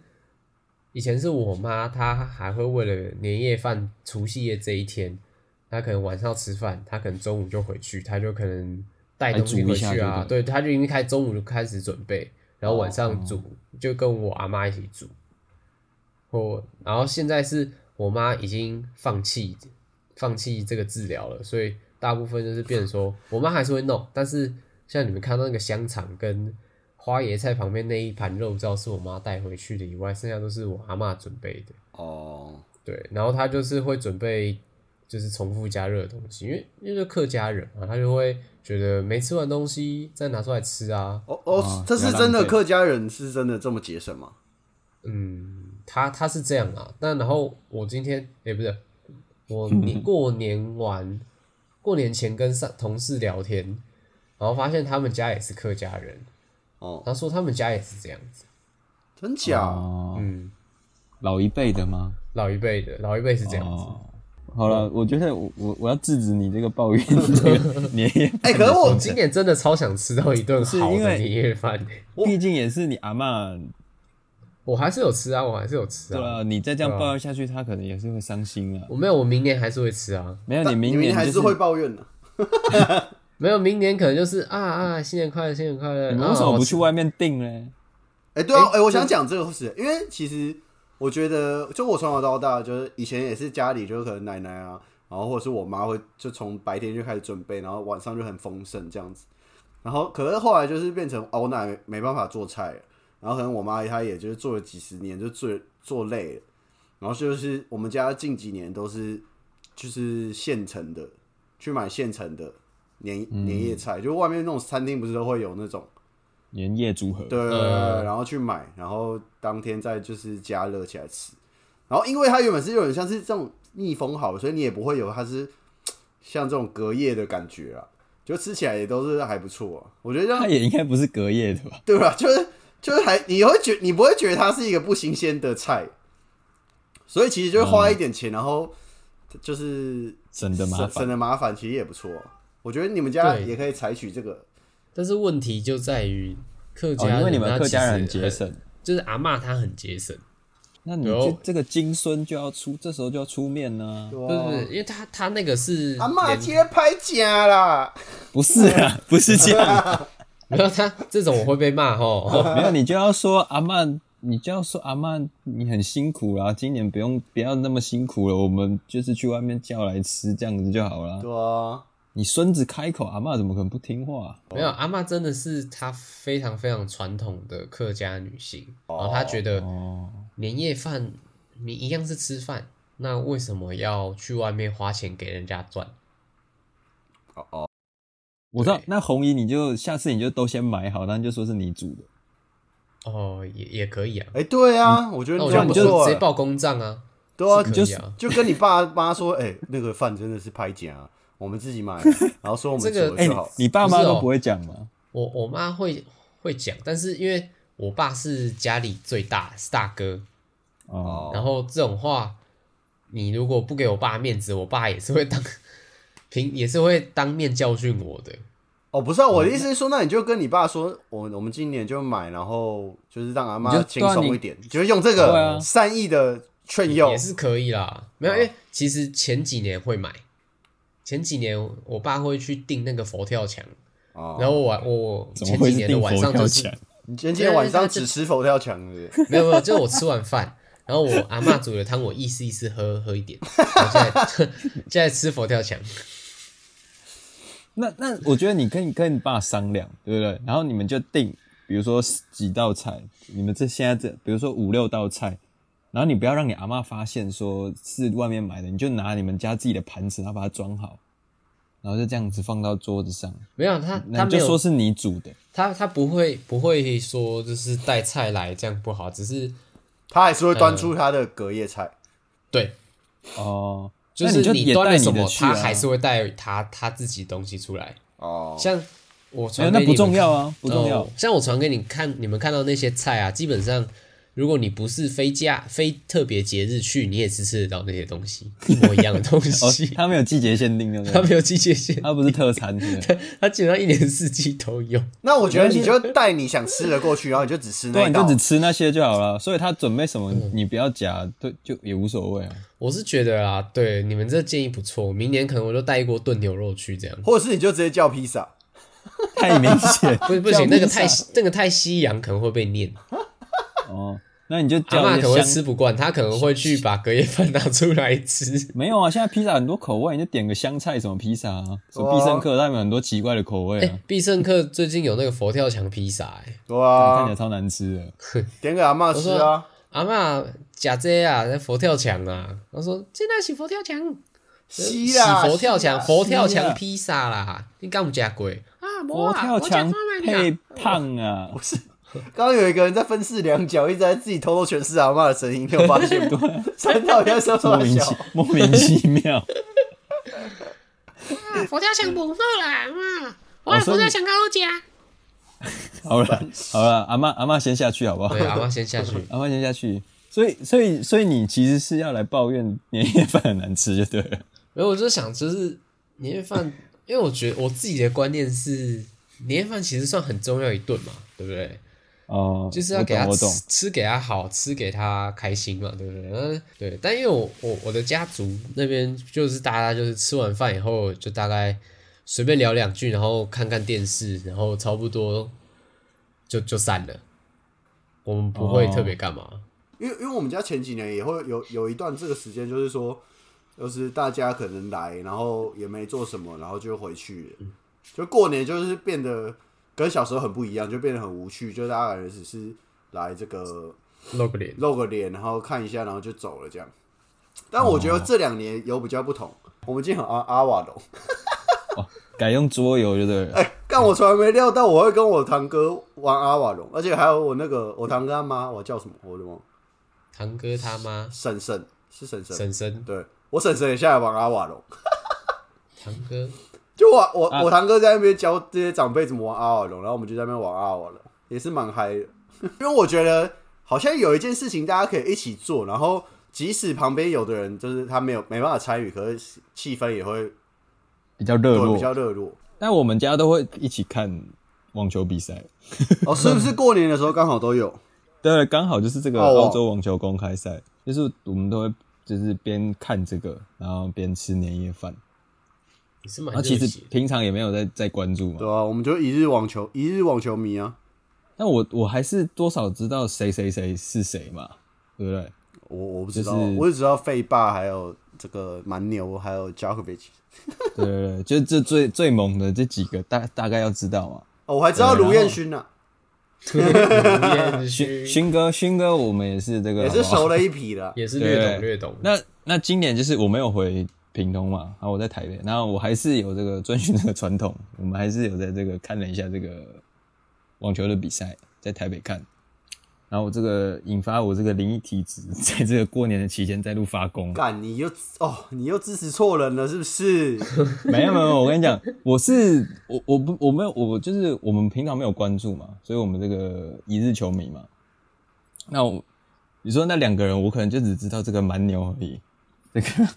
[SPEAKER 3] 以前是我妈，她还会为了年夜饭、除夕夜这一天，他可能晚上要吃饭，他可能中午就回去，他就可能带
[SPEAKER 1] 还
[SPEAKER 3] 东西
[SPEAKER 1] 煮一
[SPEAKER 3] 回
[SPEAKER 1] 下
[SPEAKER 3] 去
[SPEAKER 1] 就
[SPEAKER 3] 啊，
[SPEAKER 1] 对
[SPEAKER 3] 对，他就应该开中午就开始准备，然后晚上煮，就跟我阿妈一起煮。我然后现在是我妈已经放弃放弃这个治疗了，所以大部分就是变成说，我妈还是会弄，但是像你们看到那个香肠跟花椰菜旁边那一盘肉燥是我妈带回去的以外，剩下都是我阿妈准备的。
[SPEAKER 2] 哦，
[SPEAKER 3] 对，然后他就是会准备就是重复加热的东西，因为因为是客家人嘛，他就会觉得没吃完东西再拿出来吃啊。
[SPEAKER 2] 哦
[SPEAKER 1] 啊
[SPEAKER 2] 哦，这
[SPEAKER 1] 不要
[SPEAKER 2] 是
[SPEAKER 1] 浪
[SPEAKER 2] 真的
[SPEAKER 1] 费
[SPEAKER 2] 客家人是真的这么节省吗？
[SPEAKER 3] 嗯，他他是这样啊。但然后我今天也、不是我 年过年完，过年前跟上同事聊天，然后发现他们家也是客家人，
[SPEAKER 2] 哦，
[SPEAKER 3] 他说他们家也是这样子。
[SPEAKER 2] 真假？
[SPEAKER 1] 哦，
[SPEAKER 3] 嗯，
[SPEAKER 1] 老一辈的吗？
[SPEAKER 3] 老一辈的老一辈是这样子。
[SPEAKER 1] 哦，好了，我觉得我我我要制止你这个抱怨这个年夜饭。
[SPEAKER 2] 哎，可是
[SPEAKER 3] 我
[SPEAKER 2] 我
[SPEAKER 3] 今年真的超想吃到一顿
[SPEAKER 1] 是
[SPEAKER 3] 好
[SPEAKER 1] 因
[SPEAKER 3] 的
[SPEAKER 1] 为
[SPEAKER 3] 年夜饭欸、
[SPEAKER 1] 毕竟也是你阿嬷，
[SPEAKER 3] 我还是有吃啊，我还是有吃
[SPEAKER 1] 对
[SPEAKER 3] 啊。
[SPEAKER 1] 啊，你再这样
[SPEAKER 3] 对啊
[SPEAKER 1] 抱怨下去，她可能也是会伤心啊。
[SPEAKER 3] 我没有，我明年还是会吃啊。
[SPEAKER 1] 没有，
[SPEAKER 2] 那
[SPEAKER 1] 你明
[SPEAKER 2] 明
[SPEAKER 1] 年
[SPEAKER 2] 还
[SPEAKER 1] 就是
[SPEAKER 2] 会抱怨的。
[SPEAKER 3] 没有，明年可能就是啊啊，新年快乐，新年快乐。
[SPEAKER 1] 你们为什么
[SPEAKER 3] 啊
[SPEAKER 1] 嗯哦不去？外面订呢？
[SPEAKER 2] 哎，对啊，
[SPEAKER 3] 哎
[SPEAKER 2] 哎，我想讲这个事，因为其实我觉得，就我从小到大，就是以前也是家里，就是可能奶奶啊，然后或者是我妈会就从白天就开始准备，然后晚上就很丰盛这样子。然后可是后来就是变成哦，我奶奶没办法做菜了，然后可能我妈她也就是做了几十年，就做做累了，然后就是我们家近几年都是就是现成的，去买现成的年年夜菜，就外面那种餐厅不是都会有那种。
[SPEAKER 1] 年夜组合，
[SPEAKER 2] 对，
[SPEAKER 3] 呃
[SPEAKER 2] 然后去买，然后当天再就是加热起来吃。然后因为它原本是有点像是这种逆风好，所以你也不会有它是像这种隔夜的感觉啊，就吃起来也都是还不错、啊。我觉得这
[SPEAKER 1] 她
[SPEAKER 2] 样
[SPEAKER 1] 也应该不是隔夜的吧？
[SPEAKER 2] 对吧？就是就是还你会觉你不会觉得它是一个不新鲜的菜，所以其实就是花一点钱，然后就是
[SPEAKER 1] 省得麻
[SPEAKER 2] 省
[SPEAKER 1] 烦
[SPEAKER 2] 省的麻烦，其实也不错啊、我觉得你们家
[SPEAKER 3] 对
[SPEAKER 2] 也可以采取这个
[SPEAKER 3] 但是问题就在于客
[SPEAKER 1] 哦，
[SPEAKER 3] 家人，
[SPEAKER 1] 因为你们
[SPEAKER 3] 他
[SPEAKER 1] 客家人很
[SPEAKER 3] 其实
[SPEAKER 1] 节，省，
[SPEAKER 3] 就是阿嬷她很节省，
[SPEAKER 1] 那你
[SPEAKER 3] 有
[SPEAKER 1] 这这个金孙就要出，这时候就要出面呢、
[SPEAKER 2] 对
[SPEAKER 3] 不
[SPEAKER 2] 吧
[SPEAKER 3] 是不是，因为她她那个是
[SPEAKER 2] 哦阿妈
[SPEAKER 3] 连
[SPEAKER 2] 今天拍假啦，
[SPEAKER 1] 不是 啊，不是这样，
[SPEAKER 3] 没有她这种我会被骂
[SPEAKER 2] 哦
[SPEAKER 3] 吼。
[SPEAKER 1] 没有你就要说阿曼，你就要说阿曼，你很辛苦啦，今年不用不要那么辛苦了，我们就是去外面叫来吃这样子就好啦。
[SPEAKER 2] 对啊。
[SPEAKER 1] 你孙子开口，阿嬷怎么可能不听话、
[SPEAKER 3] 没有阿嬷真的是她非常非常传统的客家女性，然后她觉得
[SPEAKER 1] 哦，
[SPEAKER 3] 年夜饭你一样是吃饭，那为什么要去外面花钱给人家赚？
[SPEAKER 2] 哦哦，
[SPEAKER 1] 我知道
[SPEAKER 3] 对。
[SPEAKER 1] 那红姨，你就下次你就都先买好，但就说是你煮的，
[SPEAKER 3] 哦，也也可以啊。
[SPEAKER 2] 哎、对啊，我觉得
[SPEAKER 3] 那
[SPEAKER 2] 你
[SPEAKER 3] 我
[SPEAKER 2] 这
[SPEAKER 3] 就
[SPEAKER 2] 样
[SPEAKER 3] 不
[SPEAKER 2] 不
[SPEAKER 3] 就
[SPEAKER 2] 错、
[SPEAKER 3] 直接
[SPEAKER 2] 欸，
[SPEAKER 3] 报公账啊。
[SPEAKER 2] 对啊，
[SPEAKER 3] 是
[SPEAKER 1] 就
[SPEAKER 3] 可以
[SPEAKER 1] 是
[SPEAKER 3] 啊。
[SPEAKER 2] 就跟你爸妈说，哎、那个饭真的是拍假、啊，我们自己买，然后说我们
[SPEAKER 3] 这个
[SPEAKER 2] 煮
[SPEAKER 1] 哎、
[SPEAKER 2] 了就
[SPEAKER 1] 你
[SPEAKER 2] 好。
[SPEAKER 1] 你爸
[SPEAKER 3] 不
[SPEAKER 1] 妈
[SPEAKER 3] 是哦
[SPEAKER 1] 都不会讲吗？
[SPEAKER 3] 我我妈会会讲，但是因为我爸是家里最大是大哥，
[SPEAKER 1] 哦，
[SPEAKER 3] 然后这种话，你如果不给我爸面子，我爸也是会当 平也是会当面教训我的。
[SPEAKER 2] 哦，不是啊，我的意思是说，那你就跟你爸说，我我们今年就买，然后就是让阿
[SPEAKER 1] 你
[SPEAKER 2] 妈
[SPEAKER 1] 就
[SPEAKER 2] 轻
[SPEAKER 1] 对啊
[SPEAKER 2] 松
[SPEAKER 1] 你
[SPEAKER 2] 一点，就是用这
[SPEAKER 1] 对
[SPEAKER 2] 个
[SPEAKER 1] 啊
[SPEAKER 2] 善意的劝诱
[SPEAKER 3] 也。是可以啦，没有，因为其实前几年会买，前几年我爸会去订那个佛跳墙，
[SPEAKER 2] 哦
[SPEAKER 3] 然后我我
[SPEAKER 1] 怎么
[SPEAKER 3] 前
[SPEAKER 1] 会
[SPEAKER 3] 几
[SPEAKER 1] 是
[SPEAKER 3] 年的
[SPEAKER 1] 订
[SPEAKER 3] 晚
[SPEAKER 1] 佛
[SPEAKER 3] 上
[SPEAKER 1] 跳
[SPEAKER 3] 就是
[SPEAKER 1] 墙？
[SPEAKER 2] 你今天晚上只吃佛跳墙，是不是？
[SPEAKER 3] 没有没有，就是我吃完饭， 然后我阿嬷煮的汤，我意思意思喝喝一点，然后现在 现在吃佛跳墙。
[SPEAKER 1] 那那我觉得你跟你跟你爸商量，对不对？然后你们就定，比如说几道菜，你们这现在这，比如说五六道菜，然后你不要让你阿嬷发现说是外面买的，你就拿你们家自己的盘子，然后把它装好，然后就这样子放到桌子上，
[SPEAKER 3] 没有他，
[SPEAKER 1] 那
[SPEAKER 3] 他
[SPEAKER 1] 你就
[SPEAKER 3] 没有，
[SPEAKER 1] 说是你煮的，
[SPEAKER 3] 他他不会不会说就是带菜来这样不好，只是
[SPEAKER 2] 他还是会端出他的隔夜菜。
[SPEAKER 3] 对，
[SPEAKER 1] 哦，
[SPEAKER 3] 就
[SPEAKER 1] 那
[SPEAKER 3] 是
[SPEAKER 1] 你就也
[SPEAKER 3] 端
[SPEAKER 1] 带
[SPEAKER 3] 了什
[SPEAKER 1] 你的
[SPEAKER 3] 么，
[SPEAKER 1] 去啊，
[SPEAKER 3] 他还是会带他他自己东西出来。
[SPEAKER 2] 哦，
[SPEAKER 3] 像
[SPEAKER 1] 没
[SPEAKER 3] 我
[SPEAKER 1] 有
[SPEAKER 3] 传给
[SPEAKER 1] 那
[SPEAKER 3] 你们
[SPEAKER 1] 不重要啊，不重要
[SPEAKER 3] 哦，像我传给你看，你们看到那些菜啊，基本上如果你不是非假非特别节日去，你也是吃得到那些东 西，一模一样的东
[SPEAKER 1] 哦
[SPEAKER 3] 西，。
[SPEAKER 1] 它没有季节限定，对不
[SPEAKER 3] 它
[SPEAKER 1] 对？
[SPEAKER 3] 没有季节限，
[SPEAKER 1] 它不是特餐，对不对？
[SPEAKER 3] 它基本上一年四季都有。
[SPEAKER 5] 那我觉得你就带你想吃的过去，然后你就只吃
[SPEAKER 1] 对
[SPEAKER 5] 那
[SPEAKER 1] 啊，你
[SPEAKER 5] 道
[SPEAKER 1] 就。只吃那些就好
[SPEAKER 3] 嗯
[SPEAKER 1] 了。所以他准备什么，你不要夹，对，就也无所谓啊。
[SPEAKER 3] 我是觉得啊，对你们这建议不错，明年可能我就带一锅炖牛肉去这样。
[SPEAKER 5] 或者是你就直接叫披萨，
[SPEAKER 1] 太明 显
[SPEAKER 3] 不不行，那个太那个太西洋可能会被念，
[SPEAKER 1] 哦，那你就
[SPEAKER 3] 阿
[SPEAKER 1] 叫
[SPEAKER 3] 妈
[SPEAKER 1] 一
[SPEAKER 3] 可能会
[SPEAKER 1] 些
[SPEAKER 3] 吃
[SPEAKER 1] 香。
[SPEAKER 3] 不惯，她可能会去把隔夜饭拿出来吃。
[SPEAKER 1] 没有啊，现在披萨很多口味，你就点个香菜什么披萨
[SPEAKER 3] 哦
[SPEAKER 1] 啊，什么必胜客，他们有很多奇怪的口味
[SPEAKER 3] 哎、
[SPEAKER 1] 啊，
[SPEAKER 3] 必胜客最近有那个佛跳墙披萨、哎，
[SPEAKER 5] 对
[SPEAKER 1] 看起
[SPEAKER 5] 啊
[SPEAKER 1] 来，超难吃的。
[SPEAKER 5] 点给阿嬷吃
[SPEAKER 3] 我
[SPEAKER 5] 啊
[SPEAKER 3] 说。阿妈假这啊，那佛跳墙啊，她说这那是佛跳墙，
[SPEAKER 5] 西啊，
[SPEAKER 3] 是呃佛跳墙，
[SPEAKER 5] 是啊
[SPEAKER 3] 佛跳
[SPEAKER 1] 是啊
[SPEAKER 3] 墙披萨啦，你敢不假鬼啊？没
[SPEAKER 1] 佛
[SPEAKER 3] 啊
[SPEAKER 1] 跳
[SPEAKER 3] 我吃看
[SPEAKER 1] 墙
[SPEAKER 3] 看
[SPEAKER 1] 配
[SPEAKER 3] 啦
[SPEAKER 1] 胖啊，
[SPEAKER 5] 刚刚有一个人在分饰两角，一直在自己偷偷诠释阿嬷的声音，你有发现吗？三到底在说什
[SPEAKER 1] 莫
[SPEAKER 5] 么
[SPEAKER 1] 名
[SPEAKER 5] 笑
[SPEAKER 1] 其？莫名其 妙。
[SPEAKER 6] 啊，佛跳墙不好啦，啊，我
[SPEAKER 1] 哦
[SPEAKER 6] 的
[SPEAKER 1] 所
[SPEAKER 6] 佛
[SPEAKER 1] 以
[SPEAKER 6] 跳
[SPEAKER 1] 你
[SPEAKER 6] 墙较好食。
[SPEAKER 1] 好了好了，阿妈阿妈先下去好不好？。
[SPEAKER 3] 对，阿妈先下去
[SPEAKER 1] 阿妈先下去。所以所以所以你其实是要来抱怨年夜饭很难吃就对了。
[SPEAKER 3] 没有，我就想就是年夜饭，因为我觉得我自己的观念是，年夜饭其实算很重要一顿嘛，对不对？
[SPEAKER 1] 哦，
[SPEAKER 3] 就是要给
[SPEAKER 1] 我
[SPEAKER 3] 他
[SPEAKER 1] 懂我
[SPEAKER 3] 吃
[SPEAKER 1] 懂。
[SPEAKER 3] 吃给他好，吃给他开心嘛，对不对？嗯，对。但因为我我我的家族那边就是大家就是吃完饭以后就大概随便聊两句，然后看看电视，然后差不多就就散了。我们不会
[SPEAKER 1] 哦
[SPEAKER 3] 特别干嘛，
[SPEAKER 2] 因为因为我们家前几年也会有有一段这个时间，就是说，就是大家可能来，然后也没做什么，然后就回去了，就过年就是变得跟小时候很不一样，就变得很无趣，就大家感觉只是来这个
[SPEAKER 3] 露个脸。
[SPEAKER 2] 露个脸，然后看一下，然后就走了这样。但我觉得这两年有比较不同，我们今天很阿阿瓦隆，
[SPEAKER 1] 改用桌游就对了。
[SPEAKER 2] 但哎我从来没料到我会跟我堂哥玩阿瓦隆，而且还有我那个我堂哥他妈，我叫什么？我的忘了，
[SPEAKER 3] 堂哥他妈
[SPEAKER 2] 婶婶是婶婶，
[SPEAKER 3] 婶婶，
[SPEAKER 2] 对我婶婶也下来玩阿瓦隆。
[SPEAKER 3] 堂哥
[SPEAKER 2] 就我我、
[SPEAKER 1] 啊
[SPEAKER 2] 我堂哥在那边教这些长辈怎么玩阿瓦隆，然后我们就在那边玩阿瓦隆，也是蛮嗨的。因为我觉得好像有一件事情大家可以一起做，然后即使旁边有的人就是他没有没办法参与，可是气氛也会
[SPEAKER 1] 比较热
[SPEAKER 2] 对
[SPEAKER 1] 络
[SPEAKER 2] 比。较热络。
[SPEAKER 1] 但我们家都会一起看网球比赛。
[SPEAKER 2] 哦，是不是过年的时候刚好都有？
[SPEAKER 1] 对，刚好就是这个
[SPEAKER 2] 哦
[SPEAKER 1] 澳洲网球公开赛，就是我们都会就是边看这个，然后边吃年夜饭。
[SPEAKER 3] 也是蛮
[SPEAKER 1] 然后
[SPEAKER 3] 热
[SPEAKER 1] 其
[SPEAKER 3] 血
[SPEAKER 1] 实
[SPEAKER 3] 的。
[SPEAKER 1] 平常也没有在在关注
[SPEAKER 2] 对
[SPEAKER 1] 嘛。
[SPEAKER 2] 啊，我们就一日网球一日网球迷啊。
[SPEAKER 1] 但我我还是多少知道谁谁谁是谁嘛，对不对？
[SPEAKER 2] 我我不知道，
[SPEAKER 1] 就是
[SPEAKER 2] 我只知道费霸还有这个蛮牛，还有 Djokovic。
[SPEAKER 1] 对对对，就这最最猛的这几个大大概要知道嘛。
[SPEAKER 2] 哦，我还知道
[SPEAKER 1] 对然
[SPEAKER 2] 卢
[SPEAKER 1] 后
[SPEAKER 2] 彦勋啊，
[SPEAKER 3] 吴彦
[SPEAKER 1] 勋
[SPEAKER 3] 勋
[SPEAKER 1] 勋哥，勋哥，我们也是这个
[SPEAKER 2] 也是
[SPEAKER 1] 好不好
[SPEAKER 2] 熟了一批啊了。
[SPEAKER 3] 也是
[SPEAKER 1] 对
[SPEAKER 3] 略懂略懂。
[SPEAKER 1] 那那今年就是我没有回屏东嘛，然后我在台北，然后我还是有这个 遵循这个传统，我们还是有在这个看了一下这个网球的比赛，在台北看。然后我这个引发我这个灵异体质， 在这个过年的期间再度发功。
[SPEAKER 2] 干，你又哦，你又支持错人了，是 不是？
[SPEAKER 1] 没有没有，没有我跟你讲，我是 我我不我没有我就是我们平常没有关注嘛，所以我们这个一日球迷嘛。那我你说那两个人，我可能就只知道这个蛮牛而已，这个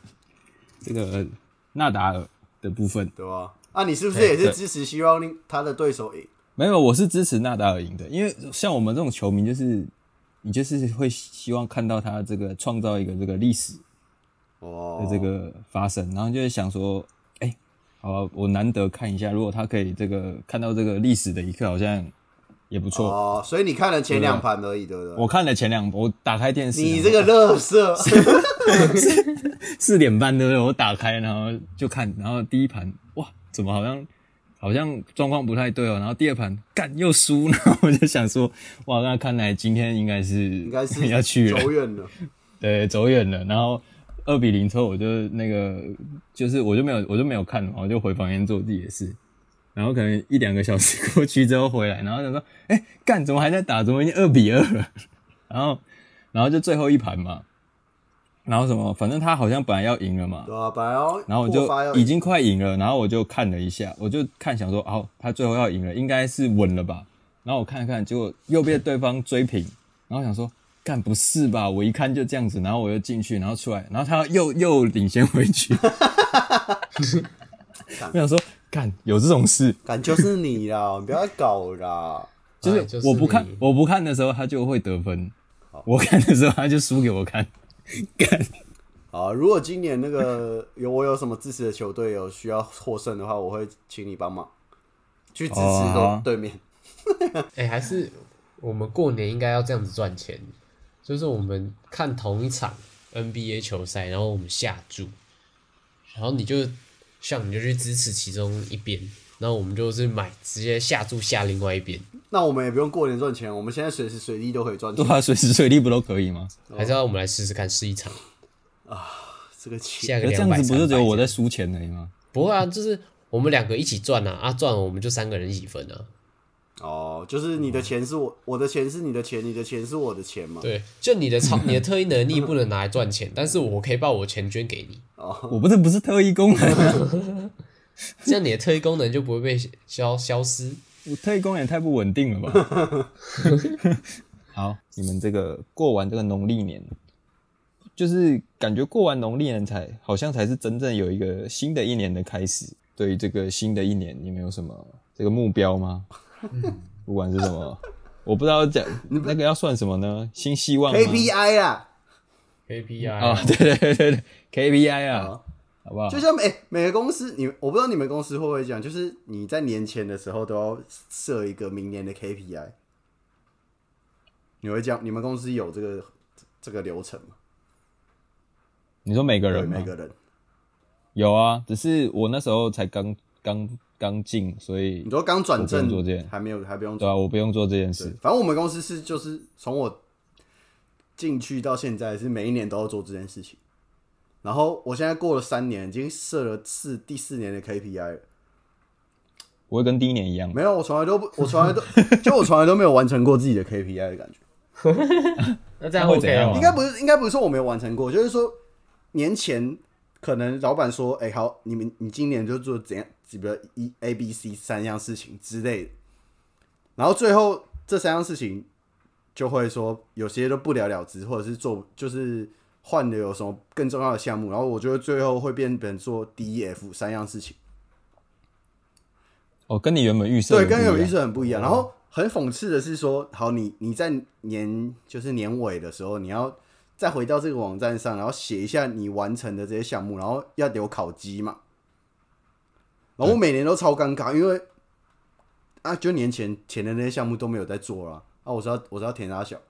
[SPEAKER 1] 这个纳达尔的部分
[SPEAKER 2] 对吧？啊，你是不是也
[SPEAKER 1] 对
[SPEAKER 2] 是支持希望令他的对手赢？
[SPEAKER 1] 没有，我是支持纳达尔赢的，因为像我们这种球迷，就是你就是会希望看到他这个创造一个这个历史，
[SPEAKER 2] 哦
[SPEAKER 1] 的，这个发生，然后就会想说，哎、好啊、我难得看一下，如果他可以这个看到这个历史的一刻，好像也不错。
[SPEAKER 2] 哦，所以你看了前两盘而已，对不对？
[SPEAKER 1] 我看了前两，我打开电视，
[SPEAKER 2] 你这个乐色，
[SPEAKER 1] 四点半对不对？我打开然后就看，然后第一盘哇，怎么好像好像状况不太对哦，然后第二盘干又输， 然后我就想说，哇，那看来今天应该是应
[SPEAKER 2] 应该 是
[SPEAKER 1] 要去了，
[SPEAKER 2] 走远了。
[SPEAKER 1] 对，走远了。然后二比零之后，我就那个就是我就没有我就没有看嘛，我就回房间做自己的事。然后可能一两个小时过去之后回来，然后就说：“哎，干，怎么还在打？怎么已经二比二了？”然后，然后就最后一盘嘛，然后什么，反正他好像本来要赢了嘛，
[SPEAKER 2] 对啊，本来要
[SPEAKER 1] 然后我
[SPEAKER 2] 破发要
[SPEAKER 1] 就
[SPEAKER 2] 赢
[SPEAKER 1] 已经快赢了，然后我就看了一下，我就看想说，哦，他最后要赢了，应该是稳了吧？然后我看一看，结果又被对方追平，然后想说，干不是吧？我一看就这样子，然后我又进去，然后出来，然后他又又领先回去。我想说，干有这种事？
[SPEAKER 2] 感就是你啦，你不要搞啦。
[SPEAKER 3] 哎
[SPEAKER 1] 就
[SPEAKER 3] 就是
[SPEAKER 1] 我不看
[SPEAKER 3] 你，
[SPEAKER 1] 我不看的时候他就会得分，我看的时候他就输给我看。
[SPEAKER 2] 啊，如果今年那个有我有什么支持的球队有需要获胜的话，我会请你帮忙去支持
[SPEAKER 1] 哦好啊
[SPEAKER 2] 对对面。
[SPEAKER 3] 哎、还是我们过年应该要这样子赚钱，就是我们看同一场 NBA 球赛，然后我们下注，然后你就像你就去支持其中一边，然后我们就是买直接下注下另外一边，
[SPEAKER 2] 那我们也不用过年赚钱，我们现在随时随地都可以赚
[SPEAKER 1] 对
[SPEAKER 2] 钱。
[SPEAKER 1] 啊，随时随地不都可以吗？
[SPEAKER 3] 还是要我们来试试看试一场，
[SPEAKER 2] 这个钱
[SPEAKER 3] 下
[SPEAKER 1] 可
[SPEAKER 3] 个
[SPEAKER 1] 是这样
[SPEAKER 3] 两百
[SPEAKER 1] 子不是只有我？
[SPEAKER 3] 300这
[SPEAKER 1] 在
[SPEAKER 3] 样
[SPEAKER 1] 输钱而已吗？
[SPEAKER 3] 不会啊，就是我们两个一起赚啊，啊赚了我们就三个人一起分啊。
[SPEAKER 2] 哦，就是
[SPEAKER 1] 嗯
[SPEAKER 2] 你的钱是我，我的钱是你的钱，你的钱是我的钱嘛。
[SPEAKER 3] 对，就你的 超你的特异能力不能拿来赚钱，但是我可以把我钱捐给你，
[SPEAKER 2] 哦
[SPEAKER 1] 我不是不是特异功能啊、
[SPEAKER 3] 这样你的特异功能就不会被消消失。
[SPEAKER 1] 我特异功能也太不稳定了吧？好，你们这个过完这个农历年，就是感觉过完农历年才好像才是真正有一个新的一年的开始。对于这个新的一年，你们有什么这个目标吗？
[SPEAKER 2] 嗯
[SPEAKER 1] 不管是什么，我不知道讲那个要算什么呢？新希望吗
[SPEAKER 2] KPI 啦，
[SPEAKER 3] KPI
[SPEAKER 1] 啊、对对对对对，KPI 啊
[SPEAKER 2] 好，
[SPEAKER 1] 好不好？
[SPEAKER 2] 哦就像每每个公司，你我不知道你们公司会不会这样，就是你在年前的时候都要设一个明年的 KPI。你会这样？你们公司有这个这个流程吗？
[SPEAKER 1] 你说每个
[SPEAKER 2] 对，
[SPEAKER 1] 人吗
[SPEAKER 2] 每个人。
[SPEAKER 1] 有啊，只是我那时候才刚刚刚进，所以
[SPEAKER 2] 你都刚转正
[SPEAKER 1] 我不用做这件，
[SPEAKER 2] 还没有，还不用
[SPEAKER 1] 对
[SPEAKER 2] 做。
[SPEAKER 1] 啊，我不用做这件事
[SPEAKER 2] 对，。反正我们公司是就是从我进去到现在是每一年都要做这件事情。然后我现在过了三年，已经设了四第四年的 KPI 了。
[SPEAKER 1] 我会跟第一年一样，
[SPEAKER 2] 没有，我从来都不，我从来都 就我从来都没有完成过自己的 KPI 的感觉。
[SPEAKER 3] 那这
[SPEAKER 1] 那
[SPEAKER 3] 样
[SPEAKER 1] 会
[SPEAKER 3] OK
[SPEAKER 1] 怎样
[SPEAKER 3] 哦
[SPEAKER 1] 啊
[SPEAKER 2] 应该不是，应该不是说我没有完成过，就是说年前可能老板说，哎、好，你们你今年就做怎样几个一 A、B、C 三样事情之类的，然后最后这三样事情就会说有些都不了了之，或者是做就是换的有什么更重要的项目，然后我觉得最后会变成做 D、E、F 三样事情。
[SPEAKER 1] 哦，跟你原本预设的
[SPEAKER 2] 对，跟有
[SPEAKER 1] 不一
[SPEAKER 2] 意
[SPEAKER 1] 样
[SPEAKER 2] 思很不一样。然后很讽刺的是说，好，你你在年就是年尾的时候，你要再回到这个网站上，然后写一下你完成的这些项目，然后要留考绩嘛。然后我每年都超尴尬，因为啊，就年前前的那些项目都没有在做啦。啊，我知道我知道填他小，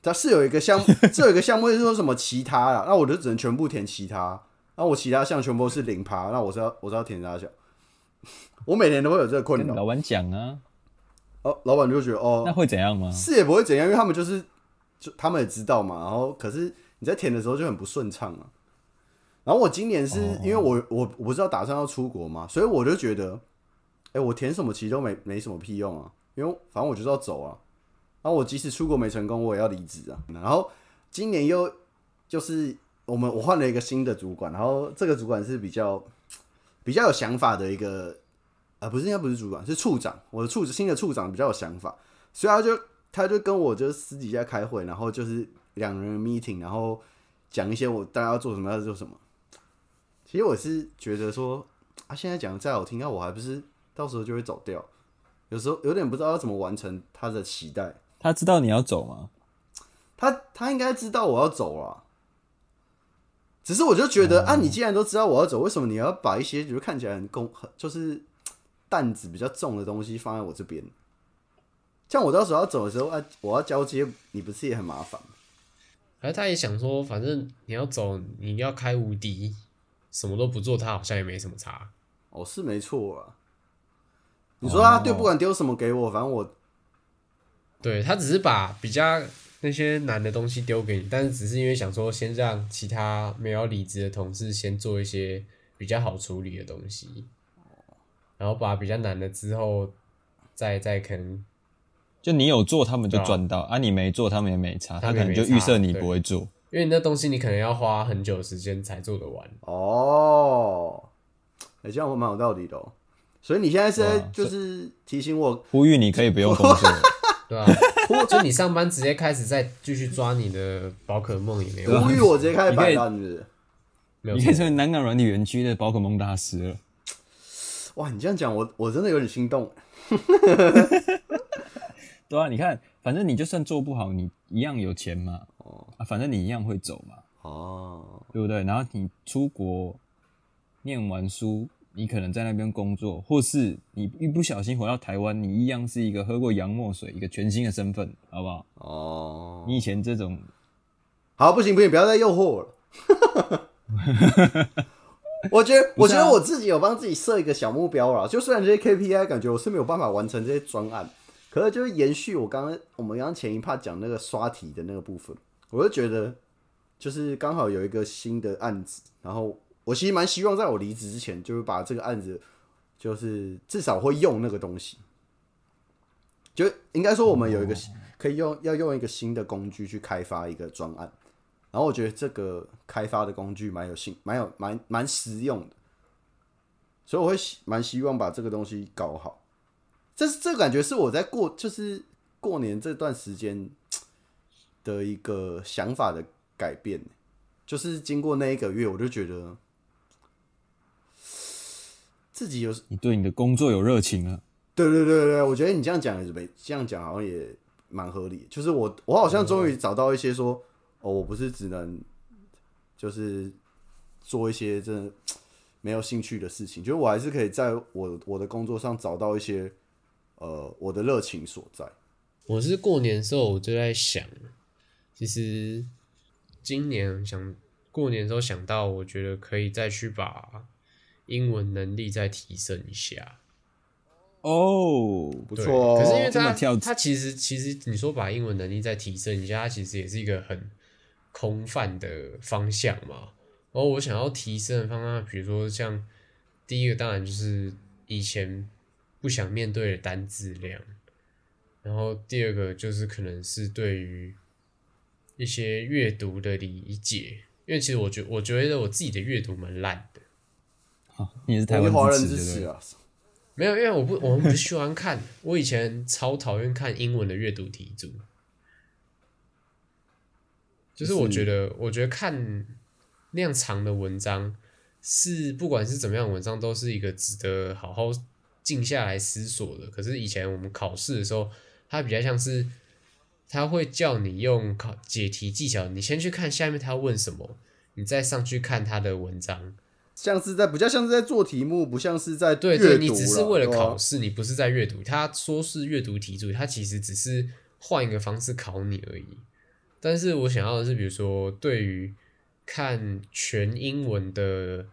[SPEAKER 2] 他是有一个项目， 是有一个项目是说什么其他啦，那我就只能全部填其他。那我其他项全部都是零趴，那我是要我是要填他小。我每年都会有这个困
[SPEAKER 1] 跟
[SPEAKER 2] 扰，
[SPEAKER 1] 老板讲啊，
[SPEAKER 2] 哦，老板就觉得哦
[SPEAKER 1] 那，会怎样吗？
[SPEAKER 2] 是也不会怎样，因为他们就是就他们也知道嘛。然后可是你在填的时候就很不顺畅啊。然后我今年是、因为我我我不知道打算要出国嘛，所以我就觉得，哎、我填什么其实都没没什么屁用啊，因为反正我就是要走啊。然后我即使出国没成功，我也要离职啊。然后今年又就是我们我换了一个新的主管，然后这个主管是比较比较有想法的一个，啊、不是应该不是主管，是处长。我的处新的处长比较有想法，所以他就他就跟我就是私底下开会，然后就是两人 meeting，然后讲一些我大家要做什么要做什么。其实我是觉得说啊，现在讲得再好听，那我还不是到时候就会走掉。有时候有点不知道要怎么完成他的期待。
[SPEAKER 1] 他知道你要走吗？
[SPEAKER 2] 他他应该知道我要走了，只是我就觉
[SPEAKER 1] 哦
[SPEAKER 2] 得、啊，你既然都知道我要走，为什么你要把一些就是看起来很公很就是担子比较重的东西放在我这边？像我到时候要走的时候，啊，我要交接，你不是也很麻烦？
[SPEAKER 3] 而他也想说，反正你要走，你要开无敌，什么都不做，他好像也没什么差。
[SPEAKER 2] 哦，是没错啊。你说他
[SPEAKER 1] 哦
[SPEAKER 2] 对，不管丢什么给我，反正我
[SPEAKER 3] 对他只是把比较那些难的东西丢给你，但是只是因为想说，先让其他没有离职的同事先做一些比较好处理的东西，然后把比较难的之后再再可能
[SPEAKER 1] 就你有做，他们就赚到啊；你没做，他们也没差。他
[SPEAKER 3] 他们
[SPEAKER 1] 可
[SPEAKER 3] 也
[SPEAKER 1] 能
[SPEAKER 3] 没
[SPEAKER 1] 就预
[SPEAKER 3] 差
[SPEAKER 1] 设你
[SPEAKER 3] 对
[SPEAKER 1] 不会做，
[SPEAKER 3] 因为那东西你可能要花很久的时间才做得完。
[SPEAKER 2] 哦，哎、这样我蛮有道理的、哦。所以你现在是在
[SPEAKER 1] 哇
[SPEAKER 2] 就是提醒我
[SPEAKER 1] 呼吁你可以不用工作，
[SPEAKER 3] 对啊，就你上班直接开始再继续抓你的宝可梦也 没有，
[SPEAKER 2] 呼吁我直接开始
[SPEAKER 1] 你可
[SPEAKER 2] 摆
[SPEAKER 1] 以
[SPEAKER 2] 烂，是不是？
[SPEAKER 3] 没有
[SPEAKER 1] 你可以
[SPEAKER 3] 错。
[SPEAKER 1] 成为南港软体园区的宝可梦大师了。
[SPEAKER 2] 哇，你这样讲，我我真的有点心动。
[SPEAKER 1] 对啊，你看，反正你就算做不好，你一样有钱嘛，啊，反正你一样会走嘛，
[SPEAKER 2] 哦，
[SPEAKER 1] 对不对？然后你出国念完书，你可能在那边工作，或是你一不小心回到台湾，你一样是一个喝过洋墨水、一个全新的身份，好不好？
[SPEAKER 2] 哦，
[SPEAKER 1] 你以前这种
[SPEAKER 2] 好，不行不行，不要再诱惑我了。 我觉得，
[SPEAKER 1] 不
[SPEAKER 2] 我
[SPEAKER 1] 是
[SPEAKER 2] 觉
[SPEAKER 1] 啊
[SPEAKER 2] 得我自己有帮自己设一个小目标啦。就虽然这些 KPI 感觉我是没有办法完成这些专案，可是就是延续我刚刚我们刚刚前一趴讲那个刷题的那个部分，我就觉得就是刚好有一个新的案子，然后我其实蛮希望在我离职之前，就是把这个案子，就是至少会用那个东西，就应该说我们有一
[SPEAKER 1] 哦
[SPEAKER 2] 个可以用要用一个新的工具去开发一个专案，然后我觉得这个开发的工具蛮有兴，蛮有蛮蛮实用的，所以我会希蛮希望把这个东西搞好。这是这个感觉是我在过就是过年这段时间的一个想法的改变，欸就是经过那一个月，我就觉得自己有
[SPEAKER 1] 你对你的工作有热情了，
[SPEAKER 2] 对对对对，我觉得你这样讲也是没这样讲，好像也蛮合理。就是我我好像终于找到一些说，哦，我不是只能就是做一些真的没有兴趣的事情，就是我还是可以在我我的工作上找到一些呃我的热情所在。
[SPEAKER 3] 我是过年的时候我就在想，其实今年想过年的时候想到，我觉得可以再去把英文能力再提升一下。
[SPEAKER 1] 哦，
[SPEAKER 2] 不
[SPEAKER 3] 对，
[SPEAKER 2] 错哦，
[SPEAKER 3] 可是因为
[SPEAKER 1] 这么
[SPEAKER 3] 他
[SPEAKER 1] 跳
[SPEAKER 3] 他其实其实你说把英文能力再提升一下，它其实也是一个很空泛的方向嘛。然后我想要提升的方向，比如说像第一个当然就是以前不想面对的单字量，然后第二个就是可能是对于一些阅读的理解，因为其实我觉我觉得我自己的阅读蛮烂的。
[SPEAKER 1] 好，你也是台
[SPEAKER 2] 我是
[SPEAKER 1] 湾
[SPEAKER 2] 华人
[SPEAKER 1] 支
[SPEAKER 2] 之
[SPEAKER 1] 持
[SPEAKER 2] 耻
[SPEAKER 1] 对不对
[SPEAKER 2] 啊，
[SPEAKER 3] 没有，因为我不，我们不喜欢看。我以前超讨厌看英文的阅读题组，就是我觉得，我觉得看那样长的文章，是不管是怎么样的文章，都是一个值得好好静下来思索的。可是以前我们考试的时候，它比较像是，它会叫你用考解题技巧，你先去看下面他问什么，你再上去看他的文章。
[SPEAKER 2] 像是在比较像是在做题目，不像是在
[SPEAKER 3] 对
[SPEAKER 2] 阅
[SPEAKER 3] 对，
[SPEAKER 2] 读
[SPEAKER 3] 你只是
[SPEAKER 2] 啦
[SPEAKER 3] 为了
[SPEAKER 2] 对吧
[SPEAKER 3] 考试，你不是在阅读。他说是阅读题组，他其实只是换一个方式考你而已。但是我想要的是，比如说对于看全英文的，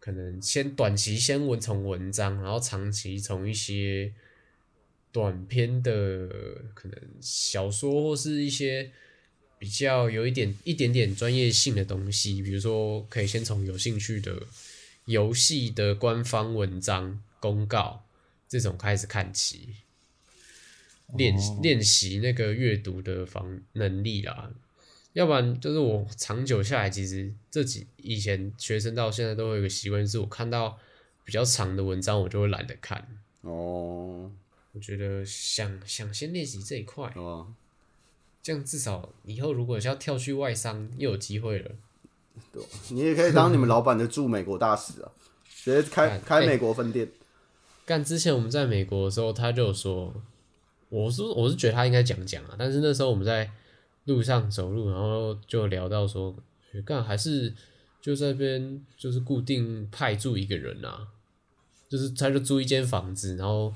[SPEAKER 3] 可能先短期先文从文章，然后长期从一些短篇的可能小说或是一些比较有一点一点点专业性的东西，比如说可以先从有兴趣的游戏的官方文章公告这种开始看起，练练习那个阅读的方能力啦。要不然就是我长久下来，其实这几以前学生到现在都会有一个习惯，是我看到比较长的文章，我就会懒得看。
[SPEAKER 2] 哦，
[SPEAKER 3] 我觉得想想先练习这一块，
[SPEAKER 2] 对吧？
[SPEAKER 3] 这样至少以后如果是要跳去外商，又有机会了。
[SPEAKER 2] 你也可以当你们老板的驻美国大使 啊，直接开
[SPEAKER 3] 哎
[SPEAKER 2] 开美国分店。
[SPEAKER 3] 干之前我们在美国的时候，他就有说，我是我是觉得他应该讲讲啊，但是那时候我们在路上走路，然后就聊到说，诶干还是就在那边就是固定派驻一个人啊，就是他就租一间房子，然后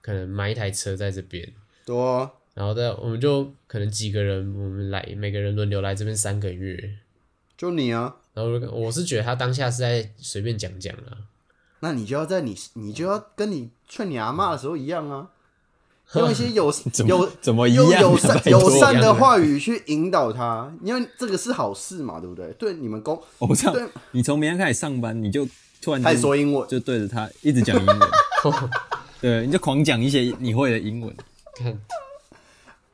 [SPEAKER 3] 可能买一台车在这边，
[SPEAKER 2] 对啊，
[SPEAKER 3] 然后再我们就可能几个人，我们来每个人轮流来这边三个月，
[SPEAKER 2] 就你啊，
[SPEAKER 3] 然后我是觉得他当下是在随便讲讲啊，
[SPEAKER 2] 那你就要在你你就要跟你劝你阿妈的时候一样 啊，用一些友
[SPEAKER 1] 怎么
[SPEAKER 2] 友
[SPEAKER 1] 怎么一样
[SPEAKER 2] 用
[SPEAKER 1] 啊
[SPEAKER 2] 友善
[SPEAKER 1] 拜托
[SPEAKER 2] 友善的话语去引导他，因为这个是好事嘛，对不对？对你们公
[SPEAKER 1] 我不知道
[SPEAKER 2] 对，
[SPEAKER 1] 你从明天开始上班，你就突然
[SPEAKER 2] 开
[SPEAKER 1] 间
[SPEAKER 2] 始说英文，
[SPEAKER 1] 就对着他一直讲英 文，对，你就狂讲一些你会的英文。
[SPEAKER 3] 看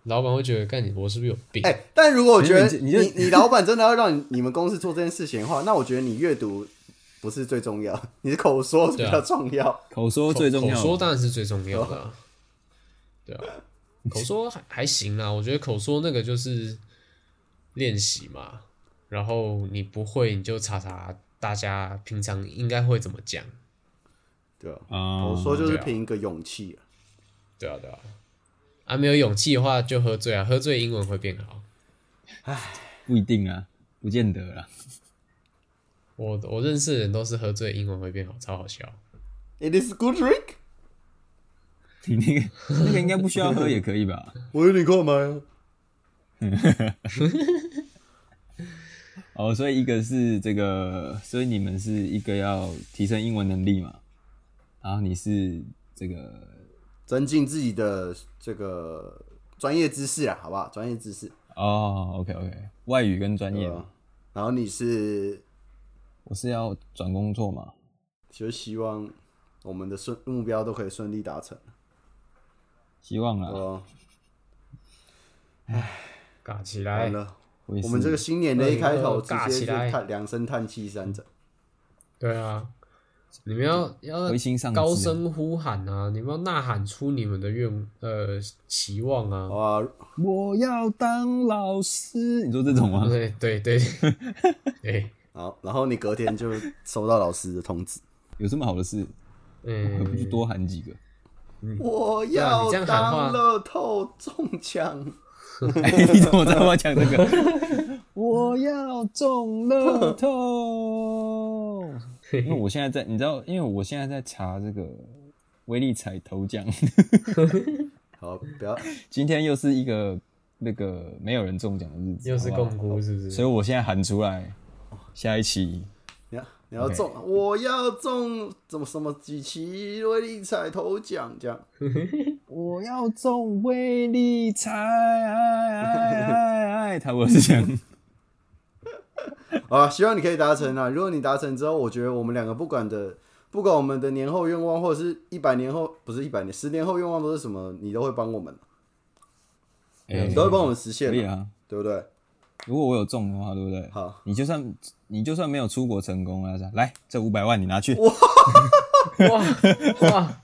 [SPEAKER 3] 老板会觉得干你我是不是有病？
[SPEAKER 2] 哎、但如果我觉得
[SPEAKER 1] 没有
[SPEAKER 2] 你
[SPEAKER 1] 你就
[SPEAKER 2] 你老板真的要让你你们公司做这件事情的话，那我觉得你阅读不是最重要，你的口说比
[SPEAKER 3] 对啊
[SPEAKER 2] 较重要。
[SPEAKER 1] 口说最重要，
[SPEAKER 3] 口说当然是最重要的啊、对啊。口说还还行啦，我觉得口说那个就是练习嘛，然后你不会你就查查大家平常应该会怎么讲，
[SPEAKER 2] 对啊，
[SPEAKER 1] 啊，
[SPEAKER 2] 我说就是
[SPEAKER 3] 对啊
[SPEAKER 2] 凭一个勇气啊、
[SPEAKER 3] 对啊对啊，啊没有勇气的话就喝醉啊，喝醉英文会变好。
[SPEAKER 1] 不一定啊，不见得啦。
[SPEAKER 3] 我我认识的人都是喝醉英文会变好，超好笑。
[SPEAKER 2] It is good drink，
[SPEAKER 1] 你那个那个应该不需要喝也可以 吧？
[SPEAKER 2] 我有点购买啊。
[SPEAKER 1] 哦，所以一个是这个，所以你们是一个要提升英文能力嘛，然后你是这个
[SPEAKER 2] 增进自己的这个专业知识啊，好不好？专业知识，
[SPEAKER 1] 哦，OK OK，外语跟专业
[SPEAKER 2] 对啊
[SPEAKER 1] 嘛，
[SPEAKER 2] 吧？然后你是
[SPEAKER 1] 我是要转工作嘛，
[SPEAKER 2] 就希望我们的顺目标都可以顺利达成，
[SPEAKER 1] 希望
[SPEAKER 3] 啊
[SPEAKER 1] 啊啦，
[SPEAKER 2] 哦，
[SPEAKER 3] 尬起
[SPEAKER 2] 完
[SPEAKER 3] 来，
[SPEAKER 2] 了，
[SPEAKER 1] 我也是
[SPEAKER 2] 我们这个新年的一开头直
[SPEAKER 3] 尬
[SPEAKER 2] 接
[SPEAKER 3] 起
[SPEAKER 2] 就
[SPEAKER 3] 来
[SPEAKER 2] 叹两声叹气三者，
[SPEAKER 3] 对啊，你们要要
[SPEAKER 1] 回心丧志
[SPEAKER 3] 高声呼喊啊，你们要呐喊出你们的愿呃期望啊。
[SPEAKER 2] 好啊，
[SPEAKER 1] 我要当老师，你说这种吗？
[SPEAKER 3] 对对 对对，
[SPEAKER 2] 好，然后你隔天就收到老师的通知，
[SPEAKER 1] 有这么好的事，
[SPEAKER 3] 嗯，
[SPEAKER 1] 何不去多喊几个？
[SPEAKER 2] 我
[SPEAKER 3] 啊你
[SPEAKER 2] 要
[SPEAKER 3] 这样喊话
[SPEAKER 2] 当乐透中奖，
[SPEAKER 1] 哎、 你怎么知道我要讲这个？ 我要中乐透。 因为我现在在，你知道，因为我现在在查这个威力彩头奖，
[SPEAKER 2] 好，不要
[SPEAKER 1] 今天又是一个那个没有人中奖的日子，
[SPEAKER 3] 又是
[SPEAKER 1] 好不好
[SPEAKER 3] 共估是不
[SPEAKER 1] 所
[SPEAKER 3] 是？
[SPEAKER 1] 以我现在喊出来，下一期
[SPEAKER 2] 你要你要中
[SPEAKER 1] 嗯
[SPEAKER 2] 我要中怎么什么几期威力彩头奖这样，
[SPEAKER 1] 我要中威力彩，哎哎哎 哎，他我是想，
[SPEAKER 2] 啊，希望你可以达成啊！如果你达成之后，我觉得我们两个不管的，不管我们的年后愿望，或者是一百年后，不是一百年，十年后愿望都是什么，你都会帮我们，
[SPEAKER 1] 哎
[SPEAKER 2] 你都会帮我们实现
[SPEAKER 1] 可以
[SPEAKER 2] 啊，
[SPEAKER 1] 啊。
[SPEAKER 2] 对不对？
[SPEAKER 1] 如果我有中的话，对不对？
[SPEAKER 2] 好，
[SPEAKER 1] 你就算你就算没有出国成功啊，来这五百万你拿去，
[SPEAKER 3] 哇哇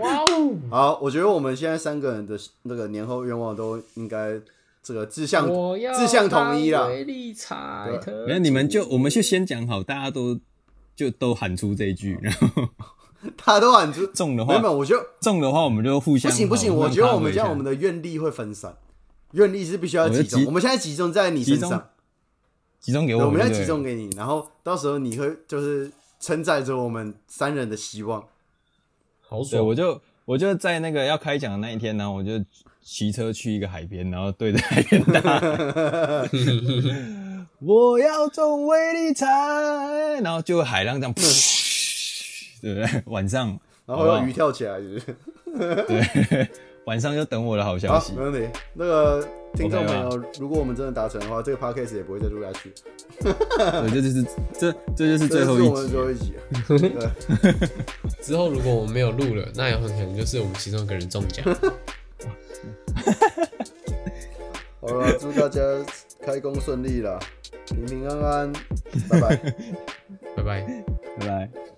[SPEAKER 3] 哇哦！
[SPEAKER 2] 好，我觉得我们现在三个人的那个年后愿望都应该这个志向
[SPEAKER 3] 我要
[SPEAKER 2] 志向统一啦
[SPEAKER 3] 当。威力彩
[SPEAKER 2] 对
[SPEAKER 3] 特
[SPEAKER 1] 没有你们就我们就先讲好，大家都就都喊出这一句，然后
[SPEAKER 2] 大家都喊出
[SPEAKER 1] 中的
[SPEAKER 2] 没
[SPEAKER 1] 话
[SPEAKER 2] 有，没有，我觉得
[SPEAKER 1] 中的话我们就互
[SPEAKER 2] 不
[SPEAKER 1] 相
[SPEAKER 2] 行不行，
[SPEAKER 1] 互相
[SPEAKER 2] 我觉得我
[SPEAKER 1] cover
[SPEAKER 2] 们
[SPEAKER 1] 一
[SPEAKER 2] 这样
[SPEAKER 1] 下
[SPEAKER 2] 我们的愿力会分散，愿力是必须要
[SPEAKER 1] 我就
[SPEAKER 2] 集中，
[SPEAKER 1] 集
[SPEAKER 2] 我们现在集中在你身
[SPEAKER 1] 集中
[SPEAKER 2] 上。
[SPEAKER 1] 集中给
[SPEAKER 2] 对
[SPEAKER 1] 我
[SPEAKER 2] 我们要
[SPEAKER 1] 就对
[SPEAKER 2] 集中
[SPEAKER 1] 了
[SPEAKER 2] 给你，然后到时候你会就是承载着我们三人的希望。
[SPEAKER 3] 好
[SPEAKER 1] 对，
[SPEAKER 3] 爽，
[SPEAKER 1] 我就我就在那个要开奖的那一天呢，我就骑车去一个海边，然后对着海边大喊我要中威力彩，然后就海 浪这样，噗对不对？晚上
[SPEAKER 2] 然后
[SPEAKER 1] 好不好
[SPEAKER 2] 要鱼跳起来是不是，
[SPEAKER 1] 对，晚上就等我的好消
[SPEAKER 2] 好，
[SPEAKER 1] 息
[SPEAKER 2] 没。问题。那个听众
[SPEAKER 1] OK
[SPEAKER 2] 朋
[SPEAKER 1] 吧
[SPEAKER 2] 友，如果我们真的达成的话，这个 podcast 也不会再录下去，
[SPEAKER 1] 对，这就是这这就是
[SPEAKER 2] 这
[SPEAKER 1] 最
[SPEAKER 2] 是
[SPEAKER 1] 后一
[SPEAKER 2] 我们的
[SPEAKER 1] 集
[SPEAKER 2] 最。后一集。对，
[SPEAKER 3] 之后如果我们没有录了，那有很可能就是我们其中一个人 中奖。
[SPEAKER 2] 好了，祝大家开工顺利啦，平平安安，拜拜。
[SPEAKER 3] 拜拜。
[SPEAKER 1] 拜拜。